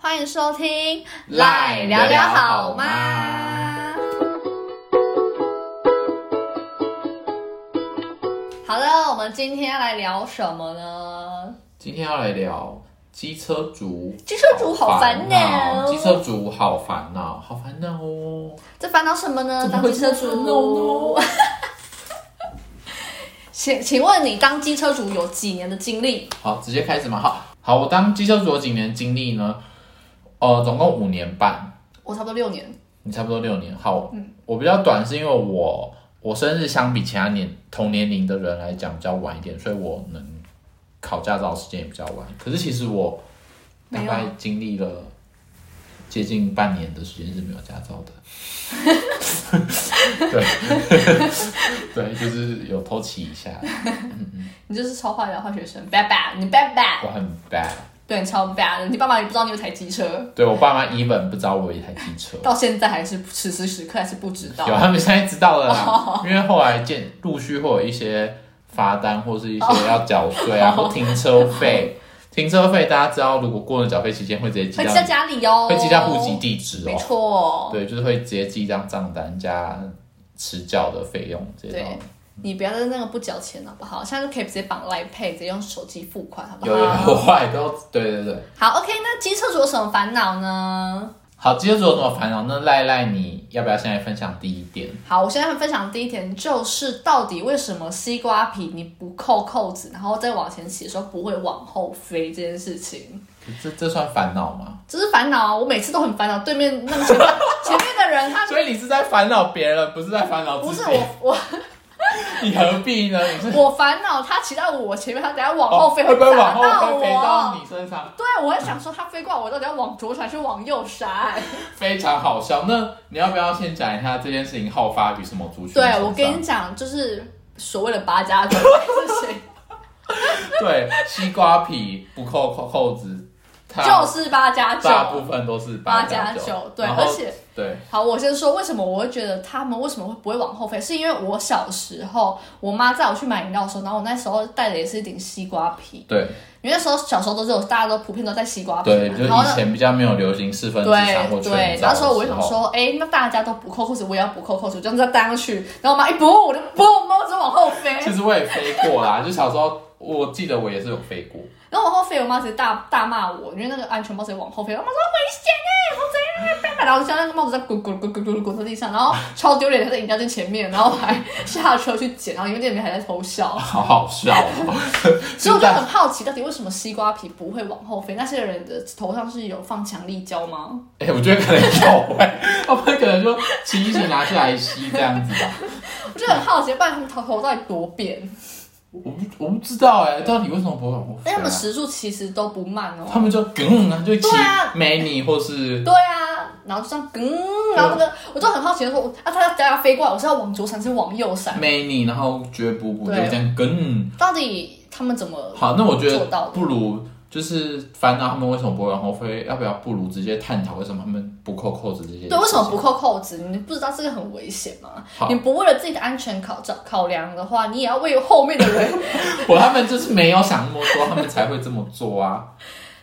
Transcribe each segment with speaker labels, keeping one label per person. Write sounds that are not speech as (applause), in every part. Speaker 1: 欢迎收听《
Speaker 2: 赖
Speaker 1: 来聊
Speaker 2: 聊
Speaker 1: 聊
Speaker 2: 聊
Speaker 1: 好
Speaker 2: 好
Speaker 1: 吗
Speaker 2: 吗》。
Speaker 1: 好的，我们今天要来聊什么呢？
Speaker 2: 今天要来聊机车族，
Speaker 1: 机车族好烦恼
Speaker 2: 机车族好烦恼，好烦恼哦！
Speaker 1: 这烦恼什么呢？当机车族
Speaker 2: 呢？。
Speaker 1: (laughs) 请请问你当机车族有几年的经历？
Speaker 2: 好，直接开始嘛。好，好，我当机车族有几年经历呢？呃，总共五年半，
Speaker 1: 我差不多六年。
Speaker 2: 你差不多六年。好，
Speaker 1: 嗯
Speaker 2: 我比较短是因为我我生日相比其他年同年龄的人来讲比较晚一点，所以我能考驾照的时间也比较晚。可是其实我大
Speaker 1: 没有
Speaker 2: 概经历了接近半年的时间是没有驾照的。
Speaker 1: (laughs)
Speaker 2: 对，对，就是有偷骑一下，
Speaker 1: 你就是超坏的坏学生，拜拜，你拜拜，
Speaker 2: 我很 bad。
Speaker 1: 对你超 bad 的。你爸妈也不知道你有台机车，
Speaker 2: 对我爸妈 even 不知道我有一台机车，
Speaker 1: 到现在还是此时此刻还是不知道哦
Speaker 2: 有，。他们现在知道了啦，因为后来见陆续会有一些罚单或是一
Speaker 1: 哦
Speaker 2: 些要缴税啊，或停车费。停车费大家知道，如果过了缴费期间会直接寄
Speaker 1: 会
Speaker 2: 到
Speaker 1: 寄到家里哦，
Speaker 2: 会寄到户籍地址
Speaker 1: 没
Speaker 2: 哦，
Speaker 1: 错，
Speaker 2: 对，就是会直接寄一张账单加迟缴的费用，直接
Speaker 1: 对
Speaker 2: 到。
Speaker 1: 你不要在那个不缴钱好不好？现在就可以直接绑 Line Pay，直接用手机付款好不好？
Speaker 2: 有有有，我后来都对对对。
Speaker 1: 好，OK，那机车族有什么烦恼呢？
Speaker 2: 好，接着有什么烦恼？那赖赖，你要不要现在分享第一点？
Speaker 1: 好，我现在分享的第一点就是，到底为什么西瓜皮你不扣扣子，然后再往前骑的时候不会往后飞这件事情？
Speaker 2: 这这算烦恼吗？
Speaker 1: 这是烦恼啊！我每次都很烦恼，对面那个前面 (laughs) 前面的人他
Speaker 2: 所以你是在烦恼别人，不是在烦恼
Speaker 1: 不
Speaker 2: 自
Speaker 1: 是
Speaker 2: (laughs) 己。
Speaker 1: 我我
Speaker 2: 你何必呢？你
Speaker 1: (laughs)
Speaker 2: 是
Speaker 1: 我烦恼，他骑到我前面，他等下往后飞
Speaker 2: 哦会不会往
Speaker 1: 砸
Speaker 2: 后
Speaker 1: 到
Speaker 2: 飞飞到
Speaker 1: 我。
Speaker 2: 你身上？
Speaker 1: 对，我在想说他飞过来，我到底要往左闪还是往右
Speaker 2: (laughs)
Speaker 1: 闪？
Speaker 2: 非常好笑。那你要不要先讲一下这件事情好发于什么族群身
Speaker 1: 对
Speaker 2: 上？，
Speaker 1: 我跟你讲，就是所谓的八加
Speaker 2: (laughs)
Speaker 1: 九这件事情，
Speaker 2: 对西瓜皮不扣扣扣子，它
Speaker 1: 就是八加九，
Speaker 2: 大部分都是
Speaker 1: 八加
Speaker 2: 加
Speaker 1: 九。对，
Speaker 2: 然后
Speaker 1: 而且
Speaker 2: 对
Speaker 1: 好，我先说为什么我会觉得他们为什么会不会往后飞，是因为我小时候，我妈载我去买饮料的时候，然后我那时候带的也是一顶西瓜皮，
Speaker 2: 对
Speaker 1: 因为那时候小时候都是有大家都普遍都在西瓜皮嘛，
Speaker 2: 对，就是
Speaker 1: 然后呢
Speaker 2: 以前比较没有流行四分之三或
Speaker 1: 对
Speaker 2: 全
Speaker 1: 对，
Speaker 2: 照
Speaker 1: 那
Speaker 2: 的
Speaker 1: 时候我就想，说，哎、那大家都不扣扣子，我也要不扣扣子，我就这样搭上去，然后我妈一拨，我就嘣，猫就往后飞，
Speaker 2: 其实我也飞过啦， (laughs) 就小时候我记得我也是有飞过。
Speaker 1: 然后往后飞，我妈直接大大骂我，因为那个安全帽直接往后飞，我妈说危险哎、欸，我怎样？然后我就像那个帽子在滚滚滚滚滚滚到地上，然后超丢脸，她在人家店前面，然后我还下车去捡，然后因为店里面还在偷笑，
Speaker 2: 好好笑哦！
Speaker 1: 所 (laughs) 以我就很好奇，到底为什么西瓜皮不会往后飞？那些人的头上是有放强力胶吗？
Speaker 2: 哎、我觉得可能有哎、他们可能就骑一骑拿下来吸这样子吧。
Speaker 1: 我就很好奇，不然他们头头到底多扁？
Speaker 2: 我不我不知道哎、到底为什么不会往后
Speaker 1: 因
Speaker 2: 飞、
Speaker 1: 为
Speaker 2: 啊？
Speaker 1: 他们时速其实都不慢哦。
Speaker 2: 他们就梗啊，就骑
Speaker 1: 对啊
Speaker 2: many 或是
Speaker 1: 对啊，然后就这样，嗯，然后那个我就很好奇地说，啊，他等下飞过来，我是要往左闪，还是往右闪？
Speaker 2: many，然后绝不不就
Speaker 1: 对
Speaker 2: 这样梗。
Speaker 1: 到底他们怎么？
Speaker 2: 好，那我觉
Speaker 1: 做到的
Speaker 2: 得不如就是烦恼他们为什么不会往后飞，要不要不如直接探讨为什么他们不扣扣子这些？
Speaker 1: 对，为什么不？扣扣子？你不知道这个很危险吗？
Speaker 2: 好
Speaker 1: 你不为了自己的安全考考考量的话，你也要为后面的人。 (laughs)
Speaker 2: 我他们就是没有想那么多，他们才会这么做啊。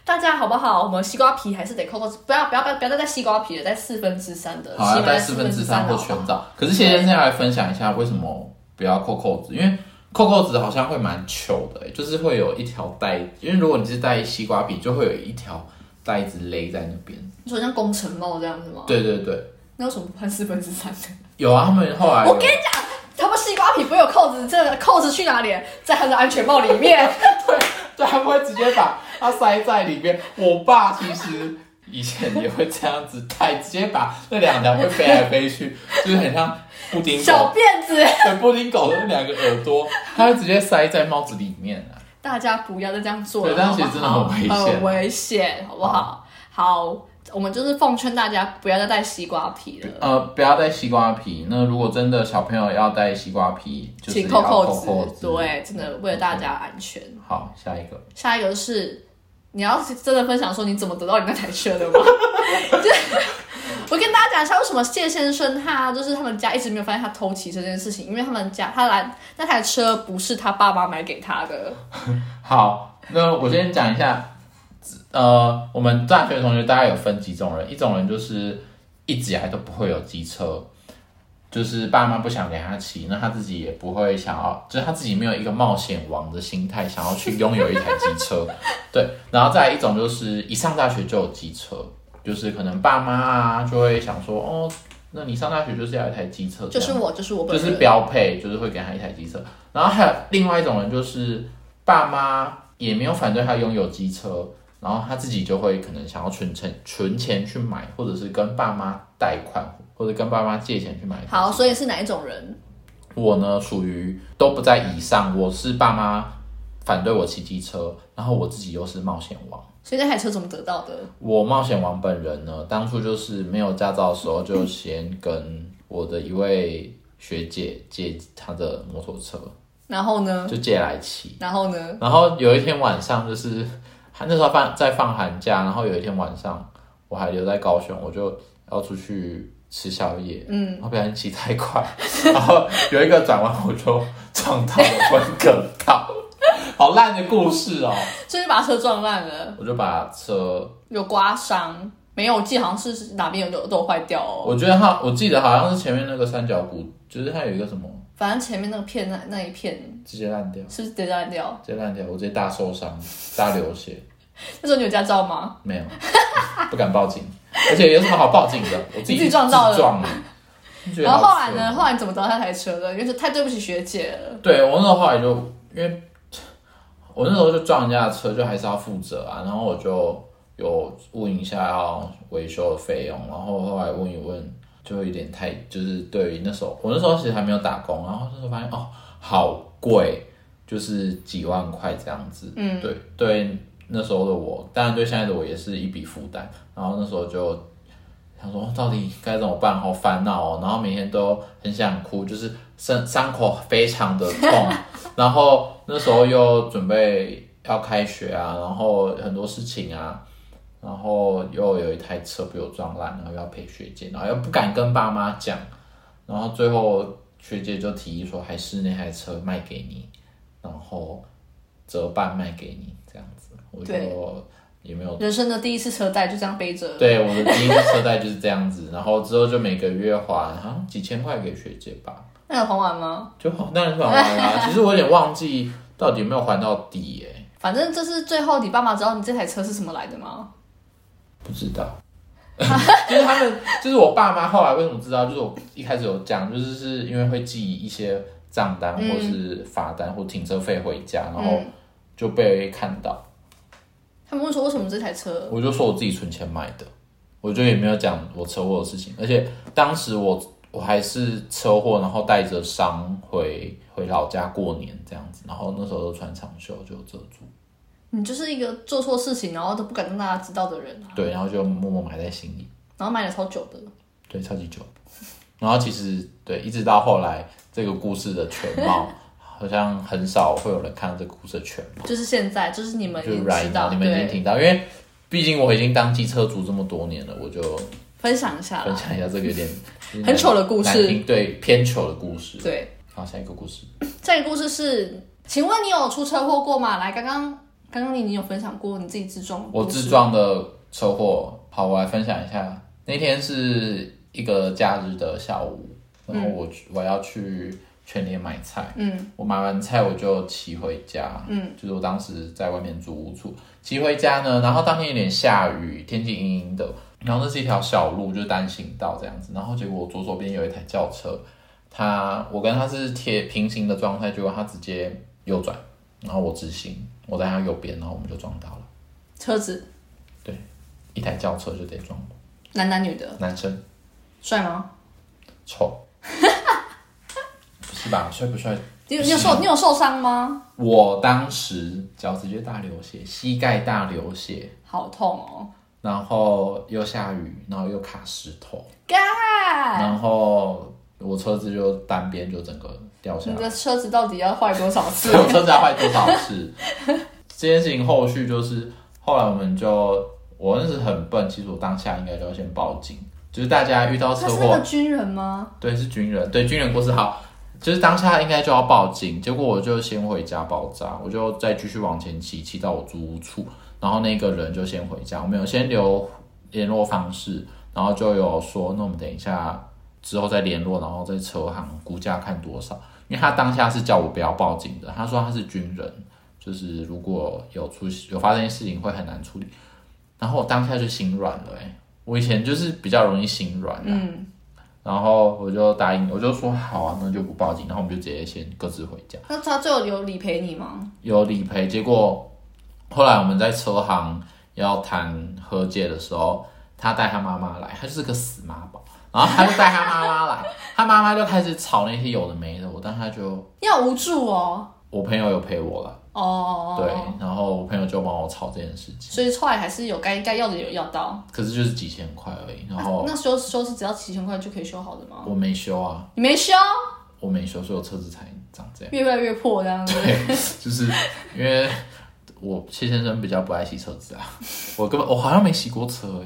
Speaker 1: 大家好不好？我们西瓜皮还是得扣扣子，不要不要不要不要再带西瓜皮了，带四分之三的，
Speaker 2: 好、啊，
Speaker 1: 起码
Speaker 2: 在
Speaker 1: 带
Speaker 2: 四
Speaker 1: 四
Speaker 2: 分之三或
Speaker 1: 的
Speaker 2: 全照。可是谢先生要来分享一下为什么不要扣扣子，因为扣扣子好像会蛮糗的、欸就是会有一条带，因为如果你是带西瓜皮，就会有一条带子勒在那边。
Speaker 1: 你说像工程帽这样子吗？
Speaker 2: 对对对，
Speaker 1: 那为什么不判四分之三呢？ (laughs)
Speaker 2: 有啊，他们后来有
Speaker 1: 我跟你讲，他们西瓜皮不会有扣子，这个扣子去哪里？在他的安全帽里面。
Speaker 2: 对，他们会直接把它塞在里面。我爸其实以前也会这样子带，直接把那两条会飞来飞去，就是很像布丁
Speaker 1: 小
Speaker 2: 狗，
Speaker 1: 辫子。
Speaker 2: 对，布丁狗的那两个耳朵，它会直接塞在帽子里面啊。
Speaker 1: 大家不要再这样做了，
Speaker 2: 对这样其实
Speaker 1: 好
Speaker 2: 真
Speaker 1: 不
Speaker 2: 的
Speaker 1: 好
Speaker 2: 很危险啊
Speaker 1: 很危险，好不好？好，我们就是奉劝大家不要再带西瓜皮了。
Speaker 2: 呃，不要带西瓜皮。那如果真的小朋友要带西瓜皮，就是
Speaker 1: 请
Speaker 2: 要
Speaker 1: 扣
Speaker 2: 扣
Speaker 1: 子，
Speaker 2: 子。
Speaker 1: 对，真的为了大家安全。
Speaker 2: 好，下一个，
Speaker 1: 下一个是，你要是真的分享说你怎么得到你那台车
Speaker 2: (laughs)
Speaker 1: 的吗？就我跟大家讲一下，为什么谢先生他就是他们家一直没有发现他偷骑这件事情，因为他们家他来那台车不是他爸妈买给他的，
Speaker 2: 好，那我先讲一下呃，我们大学同学大概有分几种人，一种人就是一直以来都不会有机车，就是爸妈不想给他骑，那他自己也不会想要，就是他自己没有一个冒险王的心态，想要去拥有一台机车。对，然后再来一种就是一上大学就有机车，就是可能爸妈啊就会想说，哦，那你上大学就是要一台机车，哦这
Speaker 1: 就
Speaker 2: 样
Speaker 1: 是我，就是我本
Speaker 2: 就
Speaker 1: 人，
Speaker 2: 是标配，就是会给他一台机车。然后还有另外一种人，就是爸妈也没有反对他拥有机车，然后他自己就会可能想要存钱存钱去买，或者是跟爸妈贷款，或者跟爸妈借钱去买。
Speaker 1: 好，，所以是哪一种人？
Speaker 2: 我呢属于都不在以上，我是爸妈反对我骑机车，然后我自己又是冒险王。
Speaker 1: 所以那台车怎么得到的？
Speaker 2: 我冒险王本人呢，当初就是没有驾照的时候，就先跟我的一位学姐借她的摩托车，
Speaker 1: 然后呢？
Speaker 2: 就借来骑。
Speaker 1: 然后呢？
Speaker 2: 然后有一天晚上，就是 (laughs) 他那时候放在放寒假，然后有一天晚上我还留在高雄，我就要出去吃宵夜，嗯，然后不小心骑太快， (laughs) 然后有一个转弯我就撞到了分 (laughs) 隔道，好烂的故事哦！
Speaker 1: 就是把车撞烂了，
Speaker 2: 我就把车，
Speaker 1: 有刮伤，没有，我记得好像是哪边有都都有坏掉哦。
Speaker 2: 我觉得他，我记得好像是前面那个三角骨，就是它有一个什么
Speaker 1: 反正前面那个片那那一片
Speaker 2: 直接烂掉，
Speaker 1: 是不是得烂掉？
Speaker 2: 直接烂掉，我直接大受伤，大流血。
Speaker 1: 那时候你有驾照吗？
Speaker 2: 没有， (laughs) 不敢报警，而且有什么好报警的？我自己
Speaker 1: 你自己撞到了
Speaker 2: 自己撞了。觉得
Speaker 1: (laughs) 然后
Speaker 2: 好
Speaker 1: 后来
Speaker 2: 扯
Speaker 1: 呢？？后来你怎么得到那台车的？因为这太对不起学姐了。
Speaker 2: 对我那时候后来就因为我那时候就撞人家的车，就还是要负责啊。然后我就有问一下要维修的费用，然后后来问一问，就有点太就是对于那时候我那时候其实还没有打工，然后那时候发现哦好贵，就是几万块这样子。嗯，对对，那时候的我，当然对现在的我也是一笔负担。然后那时候就想说哦到底该怎么办，好烦恼哦。然后每天都很想哭，就是伤伤口非常的痛。 (laughs) 然后那时候又准备要开学啊，然后很多事情啊，然后又有一台车被我撞烂，然后又要赔学姐，然后又不敢跟爸妈讲，然后最后学姐就提议说，还是那台车卖给你，然后折半卖给你这样子，我就
Speaker 1: 对
Speaker 2: 也没有
Speaker 1: 人生的第一次车贷就这样背着，
Speaker 2: 对，我的第一次车贷就是这样子，然后之后就每个月还好像几千块给学姐吧，
Speaker 1: 那有还完吗？
Speaker 2: 就好当然是还完啦。其实我有点忘记到底有没有还到底耶、
Speaker 1: 反正这是最后你爸妈知道你这台车是什么来的吗？
Speaker 2: 不知道。 (laughs) 就是他们，就是我爸妈后来为什么知道？就是我一开始有讲，就是是因为会寄一些账单或是罚单或停车费回家，然后就被看到，
Speaker 1: 他们问说为什么这台车？
Speaker 2: 我就说我自己存钱买的，我就也没有讲我车祸的事情，而且当时我我还是车祸，然后带着伤回回老家过年这样子，然后那时候都穿长袖就遮住，
Speaker 1: 你就是一个做错事情然后都不敢让大家知道的人啊，
Speaker 2: 对，然后就默默埋在心里，
Speaker 1: 然后买了超久的。
Speaker 2: 对，超级久。然后其实对，一直到后来这个故事的全貌，好像很少会有人看到这个故事的全
Speaker 1: 就是现在，就是你们
Speaker 2: 貌，
Speaker 1: 已
Speaker 2: 就
Speaker 1: 经
Speaker 2: right
Speaker 1: 知
Speaker 2: now
Speaker 1: 道，
Speaker 2: 你们已经
Speaker 1: 对，
Speaker 2: 听到，因为毕竟我已经当机车族这么多年了，我就
Speaker 1: 分享一下
Speaker 2: 分
Speaker 1: 啦，
Speaker 2: 享一下这个
Speaker 1: (laughs)
Speaker 2: 有点
Speaker 1: 很糗的故事
Speaker 2: 难听，对偏糗的故事。
Speaker 1: 对。
Speaker 2: 好，下一个故事，
Speaker 1: 下一个故事是，请问你有出车祸过吗？来，刚刚刚刚你你有分享过你自己自撞的故
Speaker 2: 我
Speaker 1: 事，
Speaker 2: 自撞的车祸。好，我来分享一下。那天是一个假日的下午，然后我、我要去全联买菜，嗯，我买完菜我就骑回家，嗯，就是我当时在外面租屋处，骑回家呢，然后当天有点下雨，天气阴阴的，然后那是一条小路，就是单行道这样子，然后结果我左手边有一台轿车，它我跟它是贴平行的状态，结果它直接右转，然后我直行，我在它右边，然后我们就撞到了。
Speaker 1: 车子，
Speaker 2: 一台轿车就得撞
Speaker 1: 男男女的，
Speaker 2: 男生
Speaker 1: 帅吗？
Speaker 2: 臭，不是吧？帅不帅？
Speaker 1: 你有你有受你有受伤吗？
Speaker 2: 我当时脚直接大流血，膝盖大流血，
Speaker 1: 好痛哦！
Speaker 2: 然后又下雨，然后又卡石头，
Speaker 1: 干，
Speaker 2: 然后我车子就单边就整个掉下
Speaker 1: 你
Speaker 2: 来，
Speaker 1: 的车子到底要坏多少
Speaker 2: (laughs)
Speaker 1: 次？
Speaker 2: 我车子要坏多少次？这件事情后续就是后来我们就我那时很笨，其实我当下应该就要先报警，就是大家遇到
Speaker 1: 他
Speaker 2: 车
Speaker 1: 是
Speaker 2: 祸
Speaker 1: 那个军人吗？
Speaker 2: 对，是军人，对军人过世好，就是当下应该就要报警，结果我就先回家包扎，我就再继续往前骑，骑到我租屋处，然后那个人就先回家，我们有先留联络方式，然后就有说，那我们等一下之后再联络，然后在车行估价看多少。因为他当下是叫我不要报警的，他说他是军人，就是如果有出有发生事情会很难处理。然后我当下就心软了、欸，我以前就是比较容易心软啊、
Speaker 1: 嗯，
Speaker 2: 然后我就答应，我就说好啊，那就不报警，然后我们就直接先各自回家。
Speaker 1: 那他最后有理赔你吗？
Speaker 2: 有理赔，结果后来我们在车行要谈和解的时候，他带他妈妈来，他就是个死妈宝，然后他就带他妈妈来， (laughs) 他妈妈就开始吵那些有的没的，我当下就
Speaker 1: 你好无助哦，
Speaker 2: 我朋友有陪我了，
Speaker 1: 哦，
Speaker 2: 对，，然后我朋友就帮我吵这件事情，
Speaker 1: 所以后来还是有该该要的有要到。
Speaker 2: 可是就是几千块而已，然
Speaker 1: 啊
Speaker 2: 后
Speaker 1: 那修修是只要七千块就可以修好的吗？
Speaker 2: 我没修啊，
Speaker 1: 你没修，
Speaker 2: 我没修，所以我车子才长这样。
Speaker 1: 越来越破这样子。
Speaker 2: 就是因为我谢先生比较不爱洗车子啊，我根本我好像没洗过车哎、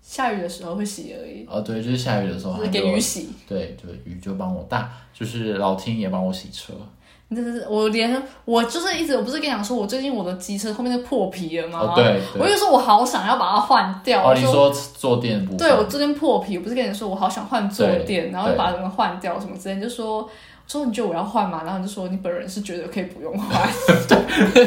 Speaker 1: 下雨的时候会洗而已，
Speaker 2: 哦，对，就是下雨的时候
Speaker 1: 就
Speaker 2: 他
Speaker 1: 是
Speaker 2: 就
Speaker 1: 给鱼洗。
Speaker 2: 对，就雨就帮我大，就是老天爷帮我洗车。
Speaker 1: 哦你真的是，我连我就是一直，我不是跟你讲说，我最近我的机车后面都破皮了吗？
Speaker 2: 哦，对
Speaker 1: 我
Speaker 2: 对。
Speaker 1: 就说我好想要把它换掉。我
Speaker 2: 哦，你
Speaker 1: 说
Speaker 2: 说坐垫部分？
Speaker 1: 对我这边破皮，我不是跟你说我好想换坐
Speaker 2: 对
Speaker 1: 垫，然后就把人换掉什么之类，你就说我说你觉得我要换吗？然后你就说你本人是觉得可以不用换，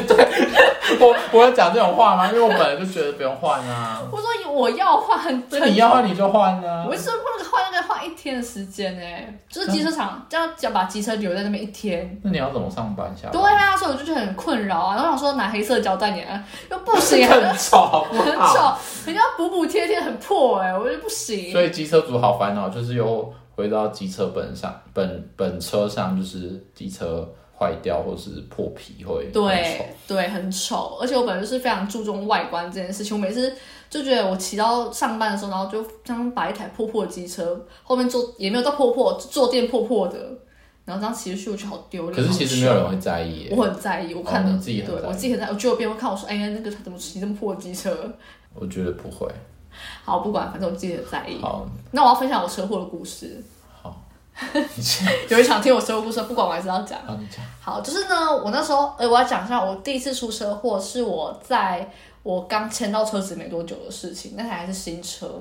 Speaker 1: (laughs)
Speaker 2: 我我有讲这种话吗？因为我本来就觉得不用换
Speaker 1: (laughs)
Speaker 2: 啊，
Speaker 1: 我说我要换，很
Speaker 2: 所以你要换你就换啊
Speaker 1: 我。是那个换那个换一天的时间呢、就是机车厂这样要把机车留在那边一天。
Speaker 2: 那你要怎么上班下
Speaker 1: 对
Speaker 2: 班？
Speaker 1: 啊，所以我就觉得很困扰啊。然后我想说拿黑色胶带粘，又不行，啊
Speaker 2: (laughs)
Speaker 1: 很
Speaker 2: 很吵，好不好？
Speaker 1: 丑，人家补补贴贴很破哎、我就不行。
Speaker 2: 所以机车族好烦恼，就是又回到机车本上，本本车上，就是机车坏掉或是破皮会很丑
Speaker 1: 对对，很丑，而且我本来就是非常注重外观这件事情。我每次就觉得我骑到上班的时候，然后就这样把一台破破的机车后面坐也没有到破破，坐垫破破的，然后这样骑出去，我觉得好丢脸。
Speaker 2: 可是其实没有人会在意耶。
Speaker 1: 我很在意，我看
Speaker 2: 哦
Speaker 1: 了、
Speaker 2: 你自己很
Speaker 1: 对
Speaker 2: 在意
Speaker 1: 我自己很在意，我就有别人会看我说，哎呀，那个他怎么骑这么破的机车？
Speaker 2: 我觉得不会。
Speaker 1: 好，不管，反正我自己很在意。 (laughs)
Speaker 2: 好，
Speaker 1: 那我要分享我车祸的故
Speaker 2: (laughs)
Speaker 1: 事，
Speaker 2: 你先，
Speaker 1: 有一场听我车祸故事，不管我还是要讲。
Speaker 2: 好，你讲。
Speaker 1: 好，就是呢，我那时候，呃，我要讲一下，我第一次出车祸是我在我刚签到车子没多久的事情，那台还是新车，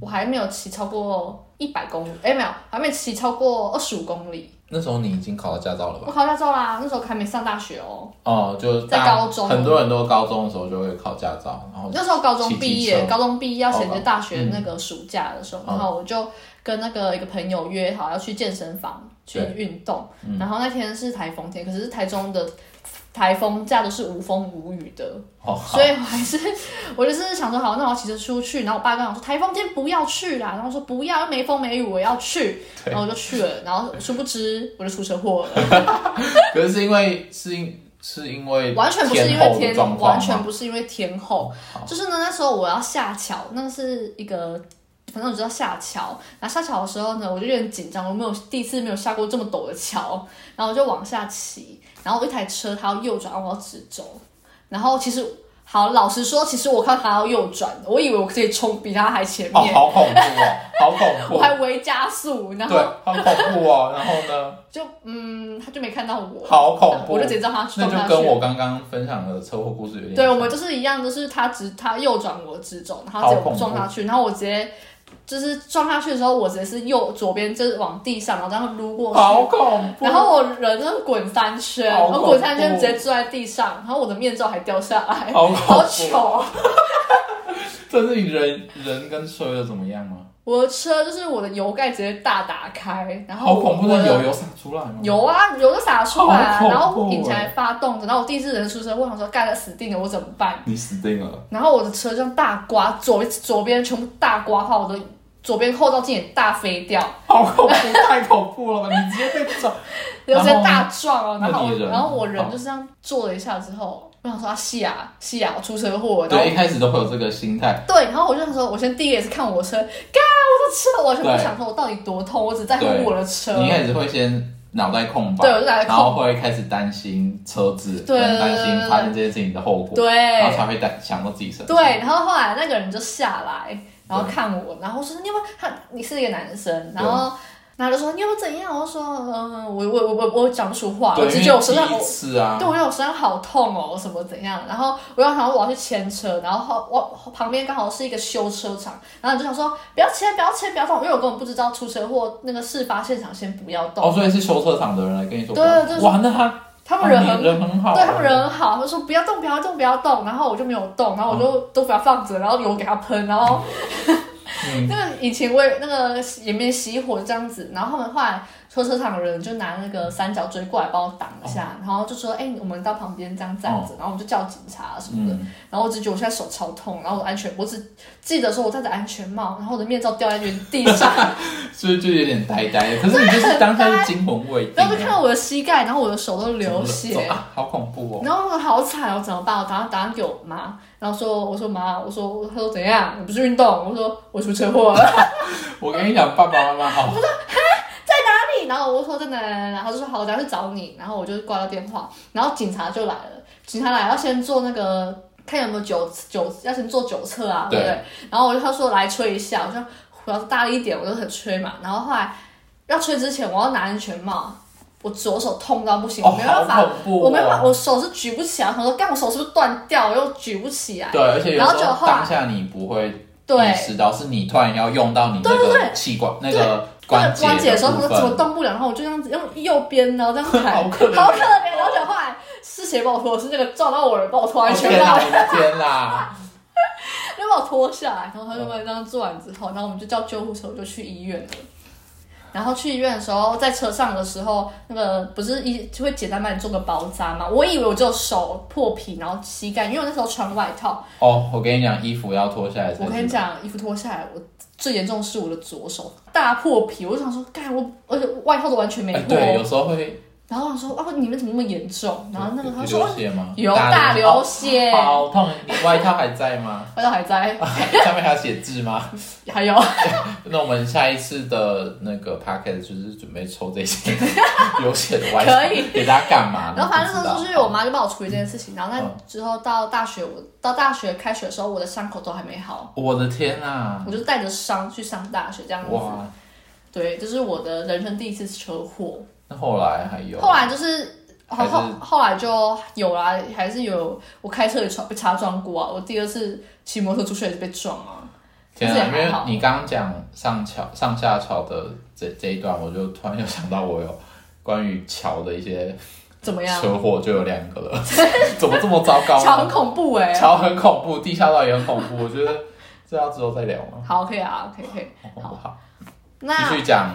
Speaker 1: 我还没有骑超过一百公里，哎、没有，还没骑超过二十五公里。
Speaker 2: 那时候你已经考到驾照了吧？
Speaker 1: 我考驾照啦，那时候还没上大学哦、
Speaker 2: 哦，就是
Speaker 1: 在
Speaker 2: 大
Speaker 1: 高中
Speaker 2: 很多人都高中的时候就会考驾照，然后
Speaker 1: 那时候高中毕
Speaker 2: 骑机
Speaker 1: 业，
Speaker 2: 车
Speaker 1: 高中毕业要衔接大学那个暑假的时
Speaker 2: 哦
Speaker 1: 候，然后我就跟那个一个朋友约好要去健身房去
Speaker 2: 对嗯
Speaker 1: 运动，然后那天是台风天，可是台中的台风假都是无风无雨的，
Speaker 2: 哦， (laughs)
Speaker 1: 所以我还是我就是想说，好，那我要骑车出去。然后我爸跟我说，台风天不要去啦。然后我说不要，又没风没雨，我要去。然后我就去了，然后殊不知我就出车祸了，
Speaker 2: 可是是因为是因是因为
Speaker 1: 完全不是因为
Speaker 2: 后的
Speaker 1: 天，
Speaker 2: 状况吗，
Speaker 1: 完全不是因为天候，就是呢，那时候我要下桥，那是一个。反正我知道下桥，然后下桥的时候呢，我就有点紧张，我没有第一次没有下过这么陡的桥，然后我就往下骑，然后一台车它要右转，我要直走，然后其实好老实说，其实我看它要右转，我以为我可以冲比它还前
Speaker 2: 哦，
Speaker 1: 面，
Speaker 2: 好恐怖哦，好恐
Speaker 1: 我
Speaker 2: 怖，
Speaker 1: 还微加速， (laughs) 然
Speaker 2: 对
Speaker 1: 后，
Speaker 2: 好恐怖哦，然后呢，
Speaker 1: 就嗯，他就没看到我，
Speaker 2: 好恐怖哦
Speaker 1: 我就直接让他
Speaker 2: 那
Speaker 1: 撞下
Speaker 2: 就
Speaker 1: 去
Speaker 2: 跟。我刚刚分享的车祸故事有点
Speaker 1: 对，我
Speaker 2: 像
Speaker 1: 们就是一样，就是他直他右转我直走，然后直
Speaker 2: 好恐
Speaker 1: 接
Speaker 2: 怖
Speaker 1: 撞下去，然后我直接就是撞下去的时候，我直接是右左边就是往地上，然后这样撸过去，
Speaker 2: 好恐怖，
Speaker 1: 然后我人就滚三圈，
Speaker 2: 好恐
Speaker 1: 我
Speaker 2: 怖
Speaker 1: 滚三圈直接坐在地上，然后我的面罩还掉下来，
Speaker 2: 好
Speaker 1: 好
Speaker 2: 恐怖，
Speaker 1: 糗。啊
Speaker 2: 这是你人人跟车又怎么样吗？
Speaker 1: 我的车就是我的油盖直接大打开，然后
Speaker 2: 好
Speaker 1: 我
Speaker 2: 恐怖
Speaker 1: 我
Speaker 2: 的
Speaker 1: 的
Speaker 2: 油油洒出来吗？
Speaker 1: 有啊，油都洒出来啊，
Speaker 2: 好恐怖
Speaker 1: 然后引擎还发动着，然后我第一次人出车祸，我想说干了死定了，我怎么办？
Speaker 2: 你死定了，
Speaker 1: 然后我的车这样大刮，左左边全部大刮到我的左边后照镜也大飞掉，
Speaker 2: (laughs) 好恐怖，太恐怖了吧！你直接被撞，
Speaker 1: 然
Speaker 2: 然
Speaker 1: 后
Speaker 2: 后
Speaker 1: 直接大撞哦，
Speaker 2: 那
Speaker 1: 然后
Speaker 2: 你
Speaker 1: 我
Speaker 2: 人
Speaker 1: 然后我人就是这样坐了一下之后，我想说啊，是啊是啊，我出车祸了，然后
Speaker 2: 对，一开始都会有这个心态，
Speaker 1: 对，然后我就想说，我先第一个也是看我的车，嘎，我的车，我完全不
Speaker 2: 对
Speaker 1: 想说我到底多痛，我只在乎
Speaker 2: 对
Speaker 1: 我的车，
Speaker 2: 你一开始会先脑袋空白，
Speaker 1: 对我就脑袋空白
Speaker 2: 然后会开始担心车子，
Speaker 1: 对
Speaker 2: 跟担心发生这件事情的后果，
Speaker 1: 对，
Speaker 2: 然后才会担想到自己身上。
Speaker 1: 对，然后后来那个人就下来，然后看我，然后说你有没有？他你是一个男生，然后。然后他就说你要不怎样？我就说嗯，我我我我讲不出话，啊我
Speaker 2: 对，
Speaker 1: 只
Speaker 2: 因
Speaker 1: 觉得
Speaker 2: 为
Speaker 1: 我身上
Speaker 2: 第
Speaker 1: 我
Speaker 2: 一次啊
Speaker 1: 对，，我觉得我身上好痛哦，什么怎样？然后我又想说我要去牵车，然后后我旁边刚好是一个修车厂，然后你就想说不要牵，不要牵，不要动，因为我根本不知道出车祸那个事发现场先不要动。
Speaker 2: 哦，所以是修车厂的人来跟你说，
Speaker 1: 对对就是
Speaker 2: 哇，那他
Speaker 1: 他们人
Speaker 2: 哇
Speaker 1: 很
Speaker 2: 哦你人很好，啊
Speaker 1: 对他们人很好，他们说不要动，不要动，不要动，然后我就没有动，然后我就都把它放着，然后油给它喷，然后 (laughs) 那个引擎为那个也没熄火这样子，然后他们后来拖车厂的人就拿那个三角锥过来帮我挡一下，然后就说哎、我们到旁边这样站着，然后我们就叫警察什么的，
Speaker 2: 嗯，
Speaker 1: 然后我只觉得我现在手超痛，然后我的安全，我只记得说我戴着安全帽，然后我的面罩掉在原地上，
Speaker 2: 所以就有点呆呆的。可是你就是当下是惊魂未定
Speaker 1: (laughs) 然后就看
Speaker 2: 啊，
Speaker 1: 到我的膝盖，然后我的手都
Speaker 2: 怎么
Speaker 1: 流
Speaker 2: 了
Speaker 1: 血，
Speaker 2: 啊，好恐怖哦！
Speaker 1: 然后我好惨哦，怎么办？我打算打算给我妈，然后说我说妈，我说她说怎样？你不是运动？我说我出车祸了，哪
Speaker 2: 我跟你讲，爸爸妈妈哦，
Speaker 1: 里？然后我就说在哪哪哪哪，她就说好，我等下去找你。然后我就挂掉电话，然后警察就来了，警察来要先做那个看有没有酒酒，要先做酒测啊，对不对？然后我就他说来吹一下，我就我要是大力一点，我就很吹嘛。然后后来要吹之前，我要拿安全帽，我左手痛到不行，
Speaker 2: 哦，
Speaker 1: 我没办法
Speaker 2: 好恐怖哦，
Speaker 1: 我没办法，我手是举不起啊来，我说干，我手是不是断掉？我又举不起啊来。
Speaker 2: 对，而且有
Speaker 1: 然后
Speaker 2: 时
Speaker 1: 就
Speaker 2: 候
Speaker 1: 后来
Speaker 2: 当下你不会意
Speaker 1: 对，
Speaker 2: 识到，是你突然要用到你那个器官、那个
Speaker 1: 那个
Speaker 2: 节
Speaker 1: 关节的时候，我
Speaker 2: 部
Speaker 1: 说怎么
Speaker 2: 分，
Speaker 1: 动不了，然后我就这样子用右边，然后 (laughs) 这样抬，
Speaker 2: 好可怜
Speaker 1: 好可怜。啊然后就后来是谁把我拖？是那个撞到我的人把我拖
Speaker 2: 哦
Speaker 1: 安全
Speaker 2: 天
Speaker 1: (laughs) 帽
Speaker 2: 哪，，我的天啦！
Speaker 1: 就把我拖下来。然后他就把我这样做完之后，然后我们就叫救护车，我就去医院了。然后去医院的时候，在车上的时候，那个不是一就会简单帮你做个包扎嘛？我以为我只有手破皮，然后膝盖，因为我那时候穿外套，
Speaker 2: 哦，我跟你讲，衣服要脱下来才
Speaker 1: 我跟
Speaker 2: 知
Speaker 1: 你
Speaker 2: 道。
Speaker 1: 讲，衣服脱下来，我最严重的是我的左手大破皮，我就想说，干我，而且外套都完全没
Speaker 2: 哎，
Speaker 1: 破。
Speaker 2: 对，有时候会
Speaker 1: 然后我想说，哦，你们怎么那么严重？然后那个他
Speaker 2: 流
Speaker 1: 说哦
Speaker 2: 血吗？
Speaker 1: 有大流血，
Speaker 2: 哦好痛！你外套还在吗？ (laughs)
Speaker 1: 外套还在，
Speaker 2: 上面还有写字吗？
Speaker 1: 还有，
Speaker 2: 那我们下一次的那个 p o c k e t 就是准备抽这
Speaker 1: (laughs)
Speaker 2: 些流血的外套，
Speaker 1: 可以
Speaker 2: 给大家干嘛呢？
Speaker 1: (laughs) 然后反正那时
Speaker 2: 不知道
Speaker 1: 候就是我妈就帮我处理这件事情。然后那之后到大学，我到大学开学的时候，我的伤口都还没好，
Speaker 2: 我的天啊！
Speaker 1: 我就带着伤去上大学这样子。
Speaker 2: 哇，
Speaker 1: 对，这、是我的人生第一次车祸。
Speaker 2: 那后来还有
Speaker 1: 后来就是
Speaker 2: 哎还
Speaker 1: 后
Speaker 2: 是
Speaker 1: 后后来就有啦，还是有我开车也撞被擦撞过啊。我第二次骑摩托车出去也是被撞啊。
Speaker 2: 天
Speaker 1: 这
Speaker 2: 啊，
Speaker 1: 也
Speaker 2: 因
Speaker 1: 还
Speaker 2: 为
Speaker 1: 好
Speaker 2: 你刚刚讲上桥、上下桥的这这一段，我就突然又想到我有关于桥的一些
Speaker 1: 怎么样？
Speaker 2: 车祸，就有两个
Speaker 1: (laughs)
Speaker 2: 了，怎么这么糟糕
Speaker 1: 桥很
Speaker 2: 呢？
Speaker 1: 恐怖哎、
Speaker 2: 桥很恐怖，地下道也很恐怖，我觉得这要之后再聊嘛，
Speaker 1: 好，可以啊，可以可以。
Speaker 2: 好不好？继
Speaker 1: 那
Speaker 2: 续讲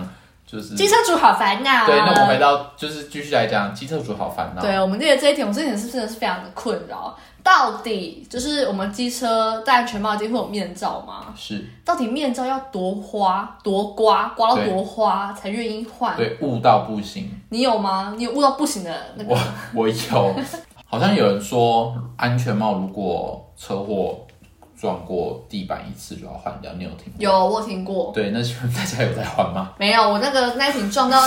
Speaker 2: 就是
Speaker 1: 机车主好烦恼、啊。
Speaker 2: 对，那我们回到就是继续来讲机车主好烦恼，
Speaker 1: 对，我们列的这一点，我这一点是真的是非常的困扰。到底就是我们机车戴安全帽一定会有面罩吗？
Speaker 2: 是
Speaker 1: 到底面罩要多花多刮，刮到多花才愿意换？
Speaker 2: 对悟到不行。
Speaker 1: 你有吗？你有悟到不行的那个
Speaker 2: 我 (laughs) 我有，好像有人说安全帽如果车祸撞过地板一次就要换掉，你有听过？
Speaker 1: 有，我有听过。
Speaker 2: 对，那请问大家有在换
Speaker 1: (laughs)
Speaker 2: 吗？
Speaker 1: 没有，我那个那顶撞到，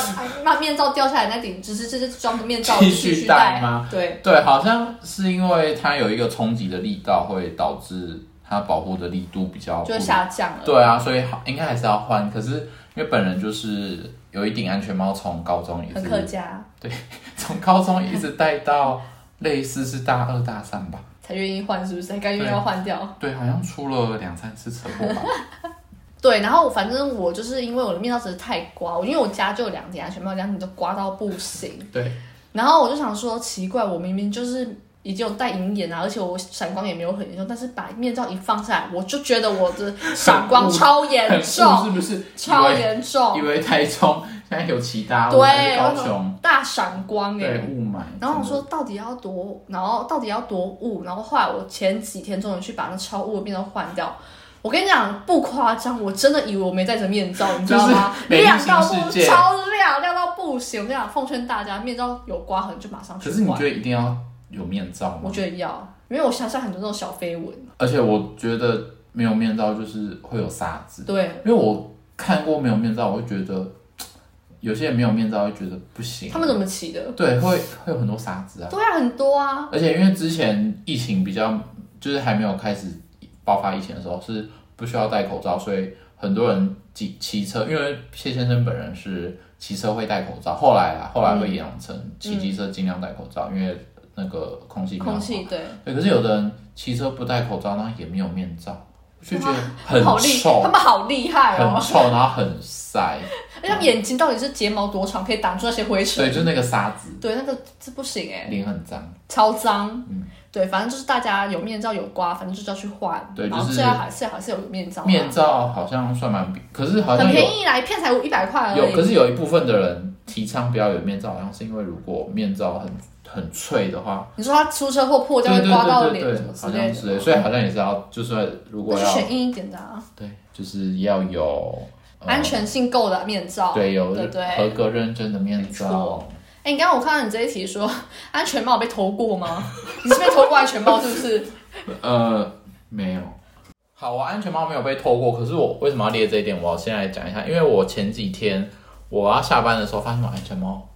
Speaker 1: 那面罩掉下来那顶，只是这是装的面罩
Speaker 2: 继续
Speaker 1: 续
Speaker 2: 戴
Speaker 1: 戴
Speaker 2: 吗？
Speaker 1: 对，
Speaker 2: 对，好像是因为它有一个冲击的力道，会导致它保护的力度比较不
Speaker 1: 就下降了。
Speaker 2: 对啊，所以好应该还是要换。可是因为本人就是有一顶安全帽，从高中一
Speaker 1: 很客
Speaker 2: 直
Speaker 1: 家
Speaker 2: (laughs) 从高中一直戴到类似是大二大三吧。
Speaker 1: 才愿意换，是不是？才甘愿要换掉。
Speaker 2: 对，好像出了两三次车祸
Speaker 1: (laughs)
Speaker 2: 吧。
Speaker 1: 对，然后反正我就是因为我的面罩实在太刮，因为我家就有两顶安全帽，两顶都刮到不行。
Speaker 2: 对，
Speaker 1: 然后我就想说，奇怪，我明明就是已经有戴银眼啊，而且我闪光也没有很严重，但是把面罩一放下来，我就觉得我的闪光
Speaker 2: 很雾
Speaker 1: 超严
Speaker 2: 很 (laughs) 酷
Speaker 1: 重，
Speaker 2: 是不是？
Speaker 1: 超
Speaker 2: 以为
Speaker 1: 严重
Speaker 2: 以，为台中现在有其他，
Speaker 1: 对
Speaker 2: 我还是高雄，
Speaker 1: 大闪光哎、
Speaker 2: 对雾霾。
Speaker 1: 然后我说到底要多雾，然后到底要多雾，然后后来我前几天终于去把那超雾的面罩换掉。我跟你讲不夸张，我真的以为我没戴着面罩，你知道吗？
Speaker 2: 就是美丽
Speaker 1: 亮到
Speaker 2: 新世
Speaker 1: 不
Speaker 2: 界
Speaker 1: 超亮，亮到不行。我跟你讲，奉劝大家，面罩有刮痕就马上去
Speaker 2: 真的，可是你
Speaker 1: 换
Speaker 2: 觉。得一定要有面罩
Speaker 1: 我
Speaker 2: 吗？
Speaker 1: 觉得要，因为我想象很多那种小飞蚊，
Speaker 2: 而且我觉得没有面罩就是会有沙子，
Speaker 1: 对
Speaker 2: 因为我看过没有面罩，我会觉得有些人没有面罩会觉得不行，
Speaker 1: 他们怎么起的？
Speaker 2: 对会会有很多沙子啊。
Speaker 1: 对啊，很多啊。
Speaker 2: 而且因为之前疫情比较，就是还没有开始爆发疫情的时候，是不需要戴口罩，所以很多人骑骑车，因为谢先生本人是骑车会戴口罩，后来啊，后来会养成骑机车尽量戴口罩，因为那个空气比较
Speaker 1: 空
Speaker 2: 好
Speaker 1: 气对，
Speaker 2: 对，可是有的人骑车不戴口罩，然后也没有面罩，我就觉得很
Speaker 1: 好厉，
Speaker 2: 臭
Speaker 1: 他，们好厉害
Speaker 2: 很
Speaker 1: 哦！
Speaker 2: 臭，然后很 (laughs) 晒，
Speaker 1: 而且他们眼睛到底是睫毛多长，可以挡住那些灰
Speaker 2: 所以
Speaker 1: 尘？
Speaker 2: 就那个沙子，
Speaker 1: 对，那个这不行哎、
Speaker 2: 脸很脏。
Speaker 1: 超脏。
Speaker 2: 嗯
Speaker 1: 对，反正就是大家有面罩有刮，反正就是要去换。
Speaker 2: 对
Speaker 1: 然后
Speaker 2: 就是
Speaker 1: 最好还是还是有面罩嘛。
Speaker 2: 面罩好像算蛮比，可是好
Speaker 1: 很
Speaker 2: 像有
Speaker 1: 便宜啦，一片才一百块而
Speaker 2: 有，可
Speaker 1: 已。
Speaker 2: 是有一部分的人提倡不要有面罩，好像是因为如果面罩很很脆的话，
Speaker 1: 你说他出车祸破
Speaker 2: 对
Speaker 1: 掉会
Speaker 2: 对
Speaker 1: 刮到
Speaker 2: 对
Speaker 1: 脸
Speaker 2: 对
Speaker 1: 什
Speaker 2: 对，
Speaker 1: 么之
Speaker 2: 好
Speaker 1: 类
Speaker 2: 像
Speaker 1: 的
Speaker 2: 是耶，所以好像也是要，就是如
Speaker 1: 那
Speaker 2: 果
Speaker 1: 就
Speaker 2: 要
Speaker 1: 选硬一点的啊，
Speaker 2: 对，就是要有、呃
Speaker 1: 安全性够的面罩。
Speaker 2: 对有
Speaker 1: 对对
Speaker 2: 合格认证的面
Speaker 1: 没
Speaker 2: 罩
Speaker 1: 错。哎、你刚刚我看到你这一题说安全帽被偷过吗？ (laughs) 你是被偷过安全帽是不是？
Speaker 2: 呃，没有。好，我安全帽没有被偷过，可是我为什么要列这一点？我先来讲一下，因为我前几天我要下班的时候，发现我安全帽，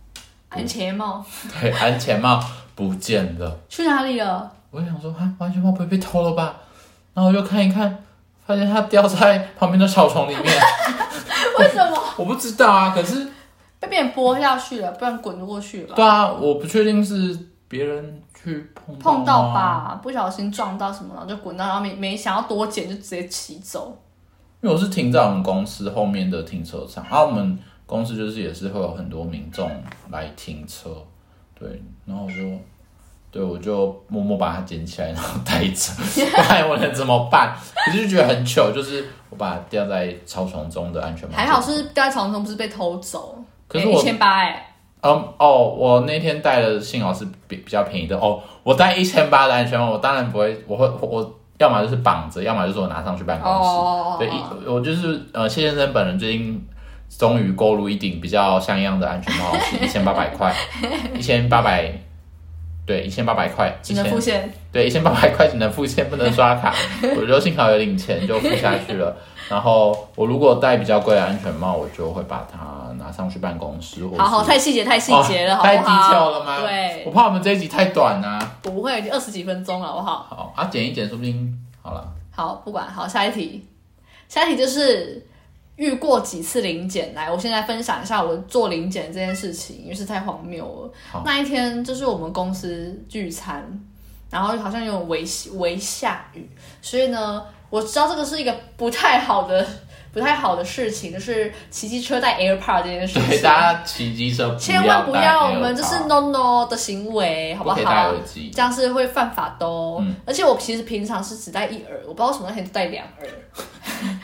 Speaker 1: 安全帽
Speaker 2: 对，安全帽不见了。
Speaker 1: 去哪里了？ (laughs)
Speaker 2: 我就想说，啊，我安全帽不会被偷了吧？然后我就看一看，发现它掉在旁边的草丛里面。 (laughs)
Speaker 1: 为什么
Speaker 2: 我不知道啊，可是
Speaker 1: 被别人拨下去了？不然滚过去了。
Speaker 2: 对啊，我不确定是别人去碰到
Speaker 1: 碰到
Speaker 2: 吗？
Speaker 1: 吧，不小心撞到什么，然后就滚到，然后没没想要多捡，就直接骑走。
Speaker 2: 因为我是停在我们公司后面的停车场，啊然、后我们公司就是也是会有很多民众来停车，对，然后我就，对我就默默把它捡起来，然后
Speaker 1: (laughs)
Speaker 2: 带着，不然我能怎么办？我就觉得很糗，就是我把它掉在草丛中的安全帽，
Speaker 1: 还好是掉在草丛中，不是被偷走。
Speaker 2: 可是我
Speaker 1: 一千八哎，
Speaker 2: 嗯哦，我那天戴的幸好是比比较便宜的哦，我戴一千八的安全帽，我当然不会，我会我我要么就是绑着，要么就是我拿上去办公室。
Speaker 1: 哦
Speaker 2: 对，一我就是呃，谢先生本人最近终于购入一顶比较像样的安全帽，
Speaker 1: (laughs)
Speaker 2: 是一千八百块，一千八百，对，一千八百块，
Speaker 1: 只能付
Speaker 2: 1000
Speaker 1: 现。
Speaker 2: 对，一千八百块只能付现，不能刷卡。 (laughs) 我就幸好有领钱就付下去了。然后我如果戴比较贵的安全帽，我就会把它拿上去办公室，或
Speaker 1: 好好，
Speaker 2: 是
Speaker 1: 太细节太细节了，
Speaker 2: 哦
Speaker 1: 好
Speaker 2: 太
Speaker 1: 不
Speaker 2: 低
Speaker 1: 好？
Speaker 2: 调了吗？
Speaker 1: 对
Speaker 2: 我怕我们这一集太短啊。
Speaker 1: 不会，二十几分钟了，好不好？
Speaker 2: 好啊，剪一剪，说不定好了。
Speaker 1: 好，不管，好，下一题，下一题就是遇过几次零检。来，我现在分享一下我做零检这件事情，因为是太荒谬了
Speaker 2: 好。
Speaker 1: 那一天就是我们公司聚餐，然后好像有微微下雨，所以呢，我知道这个是一个不太好的、不太好的事情，就是骑机车带 AirPod 这件事
Speaker 2: (laughs) 对，
Speaker 1: 情。
Speaker 2: 大家骑机车
Speaker 1: 千万不
Speaker 2: 戴
Speaker 1: 要，
Speaker 2: 耳
Speaker 1: 我们这是
Speaker 2: 罩
Speaker 1: no no 的行为，好
Speaker 2: 不
Speaker 1: 好？
Speaker 2: 可以戴耳机。
Speaker 1: 这样是会犯法的哦。
Speaker 2: 嗯
Speaker 1: 而且我其实平常是只戴一耳，我不知道为什么那天戴两耳，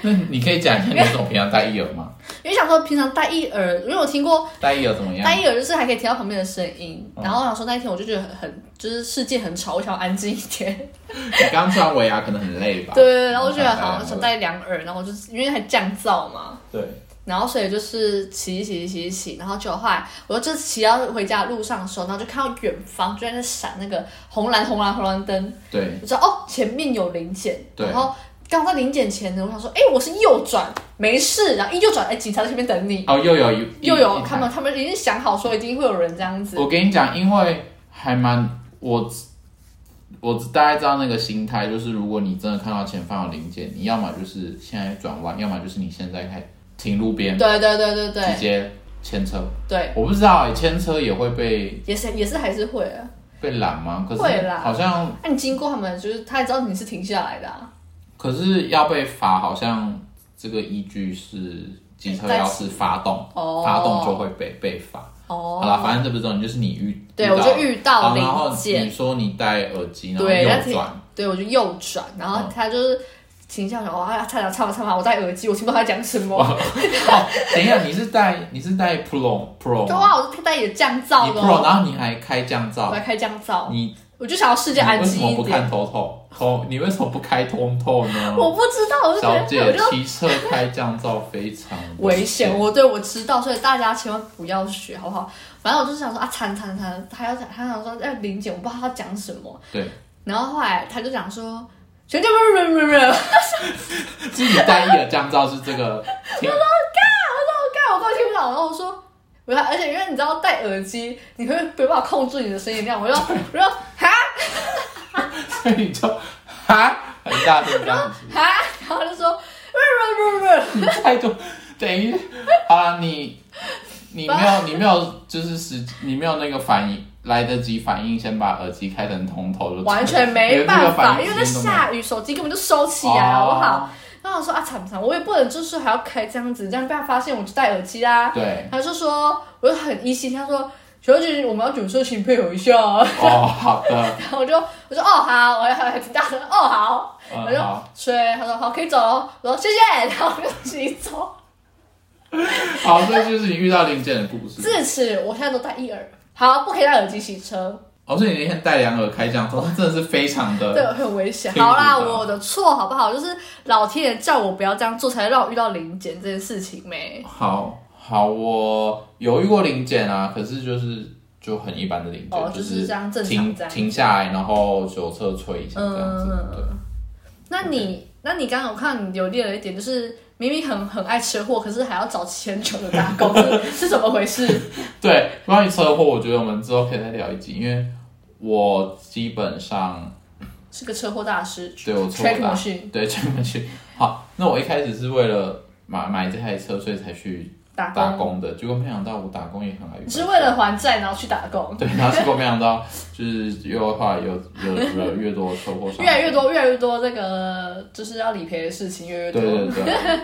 Speaker 2: 那你可以讲一下你为什么平常戴一耳吗？
Speaker 1: 因为想说平常戴一耳，因为我听过
Speaker 2: 戴一耳怎么
Speaker 1: 戴
Speaker 2: 样？嗯
Speaker 1: 一耳就是还可以听到旁边的声音，然后我想说那一天我就觉得很很就是世界很吵，我想要安静一
Speaker 2: (laughs)
Speaker 1: 点。
Speaker 2: 你刚穿尾牙可能很累吧？
Speaker 1: 对对对，然后我就觉得
Speaker 2: 戴
Speaker 1: 好
Speaker 2: 两
Speaker 1: 想
Speaker 2: 耳
Speaker 1: 戴两耳，然后我就是因为还降噪嘛。
Speaker 2: 对，
Speaker 1: 然后所以就是骑骑骑骑，然后就后来我就骑到回家的路上的时候，然后就看到远方就在那闪那个红蓝红蓝红蓝灯，
Speaker 2: 对
Speaker 1: 我知道哦，前面有零检，
Speaker 2: 对
Speaker 1: 然后刚好在零检前呢，我想说，哎、我是右转，没事，然后一右转，哎、警察在前面等你，
Speaker 2: 哦，又有一
Speaker 1: 又有他。
Speaker 2: 一一台
Speaker 1: 们，他们已经想好说，一定会有人这样子，
Speaker 2: 我跟你讲，因为还蛮我我大概知道那个心态，就是如果你真的看到前方有零件，你要么就是现在转弯，要么就是你现在开停路边
Speaker 1: 对对对对
Speaker 2: 直
Speaker 1: 对
Speaker 2: 接牵车。
Speaker 1: 对，
Speaker 2: 我不知道、欸，牵车也会被
Speaker 1: 也是也是还是会啊，
Speaker 2: 被拦吗？可
Speaker 1: 会
Speaker 2: 是
Speaker 1: 啦
Speaker 2: 好像，
Speaker 1: 那、你经过他们，就是他也知道你是停下来的、啊，
Speaker 2: 可是要被罚，好像这个依据是机车
Speaker 1: 在
Speaker 2: 要是发动，
Speaker 1: 哦
Speaker 2: 发动就会被被罚。好
Speaker 1: 哦，
Speaker 2: 啦，反正这不是重点，就是你遇
Speaker 1: 对
Speaker 2: 遇到
Speaker 1: 我就遇到
Speaker 2: 然后
Speaker 1: 零
Speaker 2: 你
Speaker 1: 件，
Speaker 2: 说你戴耳机，然后
Speaker 1: 对那
Speaker 2: 右
Speaker 1: 挺
Speaker 2: 转。
Speaker 1: 对我就右转，然后他就是停下来，哇，差点差点差点，我戴耳机，我听不到他讲什么，
Speaker 2: 哦，等一下，你是戴你是戴 Pro Pro
Speaker 1: 对
Speaker 2: 吗？
Speaker 1: 啊，我是戴也降
Speaker 2: 你
Speaker 1: 噪的
Speaker 2: Pro，
Speaker 1: 哦，
Speaker 2: 然后你还开降
Speaker 1: 我
Speaker 2: 噪，
Speaker 1: 还开降噪，
Speaker 2: 你
Speaker 1: 我就想要世
Speaker 2: 你
Speaker 1: 界安
Speaker 2: 为什
Speaker 1: 静
Speaker 2: 么
Speaker 1: 一
Speaker 2: 不
Speaker 1: 点。
Speaker 2: 看 Toto？偷你为什么不开 Toto 呢？
Speaker 1: 我不知道，我就觉
Speaker 2: 小
Speaker 1: 得我
Speaker 2: 姐
Speaker 1: 就
Speaker 2: 骑车开降噪非常
Speaker 1: 危险。。我对我知道，所以大家千万不要学，好不好？反正我就是想说啊，惨惨惨，他要他想说要林姐，我不知道他讲什么。
Speaker 2: 对，
Speaker 1: 然后后来他就讲说，全家不不不不，干
Speaker 2: 自己戴一耳降噪是这个，听
Speaker 1: 我根本听不到。然后我说。我要，而且因为你知道戴耳机，你会没办法控制你的声音量。我就我就哈
Speaker 2: 所以你就哈很大声这样子。
Speaker 1: 哈，然后他就说
Speaker 2: 你太多，等于啊，你你没
Speaker 1: (laughs)
Speaker 2: 有你没有就是时你没有那个反应来得及反应，先把耳机开成通透就
Speaker 1: 完全没
Speaker 2: 连这个
Speaker 1: 办
Speaker 2: 反
Speaker 1: 法，
Speaker 2: 应
Speaker 1: 因为在
Speaker 2: 时间都没有
Speaker 1: 下雨，手机根本就收起来，好不啊好
Speaker 2: 哦？
Speaker 1: 然后我说啊，惨不惨？我也不能就是还要开这样子，这样被他发现我就戴耳机啦。
Speaker 2: 哦对
Speaker 1: 他就说，我就很疑心，他说。小姐，我们要酒色，请配合一下啊。 (laughs)
Speaker 2: 哦，好的，
Speaker 1: 然后我就我说哦好，我还还挺大声哦好，我
Speaker 2: 嗯
Speaker 1: 就
Speaker 2: 好，
Speaker 1: 吹，他说好可以走了，我说谢谢， (laughs) 然后我就自己走。
Speaker 2: 好，这就是你遇到零件的故事。
Speaker 1: 自此我现在都戴一耳，好不可以戴耳机洗车，
Speaker 2: 哦，所以你那天戴两耳开讲，真的是非常
Speaker 1: 对，
Speaker 2: 的，
Speaker 1: 很危险。
Speaker 2: 听不
Speaker 1: 好
Speaker 2: 到
Speaker 1: 啦，我的错好不好？就是老天爷叫我不要这样做，才让我遇到零检这件事情没。
Speaker 2: 好好，我有遇过零件啊，可是就是就很一般的零件，
Speaker 1: 哦，
Speaker 2: 就
Speaker 1: 就是这样正常
Speaker 2: 停
Speaker 1: 这样。
Speaker 2: 停下来，然后酒测吹一下这样子，
Speaker 1: 嗯
Speaker 2: 对。
Speaker 1: 那你那你刚刚我看你有列了一点，就是明明很很爱吃货，可是还要找钱久的打 (laughs) 工，是是怎么回事？
Speaker 2: 对，关于车祸，我觉得我们之后可以再聊一集，因为我基本上 (laughs)
Speaker 1: 是个车祸大师
Speaker 2: 对我错
Speaker 1: ，track
Speaker 2: 了，
Speaker 1: machine
Speaker 2: 对这么去。好，那我一开始是为了买买这台车，所以才去
Speaker 1: 打
Speaker 2: 打
Speaker 1: 工。
Speaker 2: 工的，结果没想到我打工也很爱遇到
Speaker 1: 你是为了还债然后去打工，
Speaker 2: 对，然后结果没想到就是又后来有有有越多车祸伤，
Speaker 1: 越来越。多越来越多这个就是要理赔的事情越来 (laughs) 越
Speaker 2: 对
Speaker 1: 多。
Speaker 2: 对对，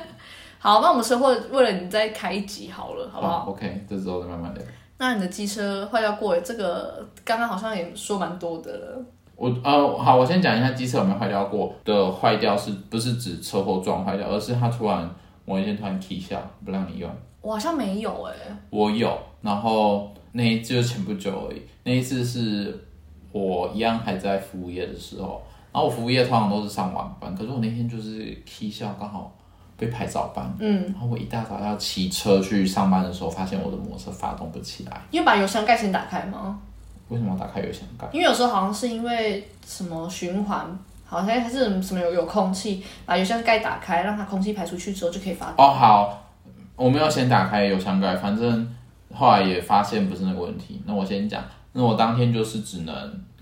Speaker 1: 好，那我们车祸为了你再开一集好了，好不好？
Speaker 2: o k 这之后再慢慢聊。
Speaker 1: 那你的机车坏掉过了，这个刚刚好像也说蛮多的了。
Speaker 2: 我呃，好，我先讲一下机车有没有坏掉过的坏掉是不是指车祸撞坏掉，而是它突然某一天突然停下不让你用。
Speaker 1: 我好像没有哎、
Speaker 2: 我有，然后那一次就前不久而已。那一次是我一样还在服务业的时候，然后我服务业通常都是上晚班，可是我那天就是 K 校刚好被排早班，
Speaker 1: 嗯，
Speaker 2: 然后我一大早要骑车去上班的时候，发现我的摩托车发动不起来。
Speaker 1: 因为把油箱盖先打开吗？
Speaker 2: 为什么要打开油箱盖？
Speaker 1: 因为有时候好像是因为什么循环，好像还是什么有有空气，把油箱盖打开，让它空气排出去之后就可以发。
Speaker 2: 哦，好，我没有先打开油箱盖，反正后来也发现不是那个问题。那我先讲，那我当天就是只能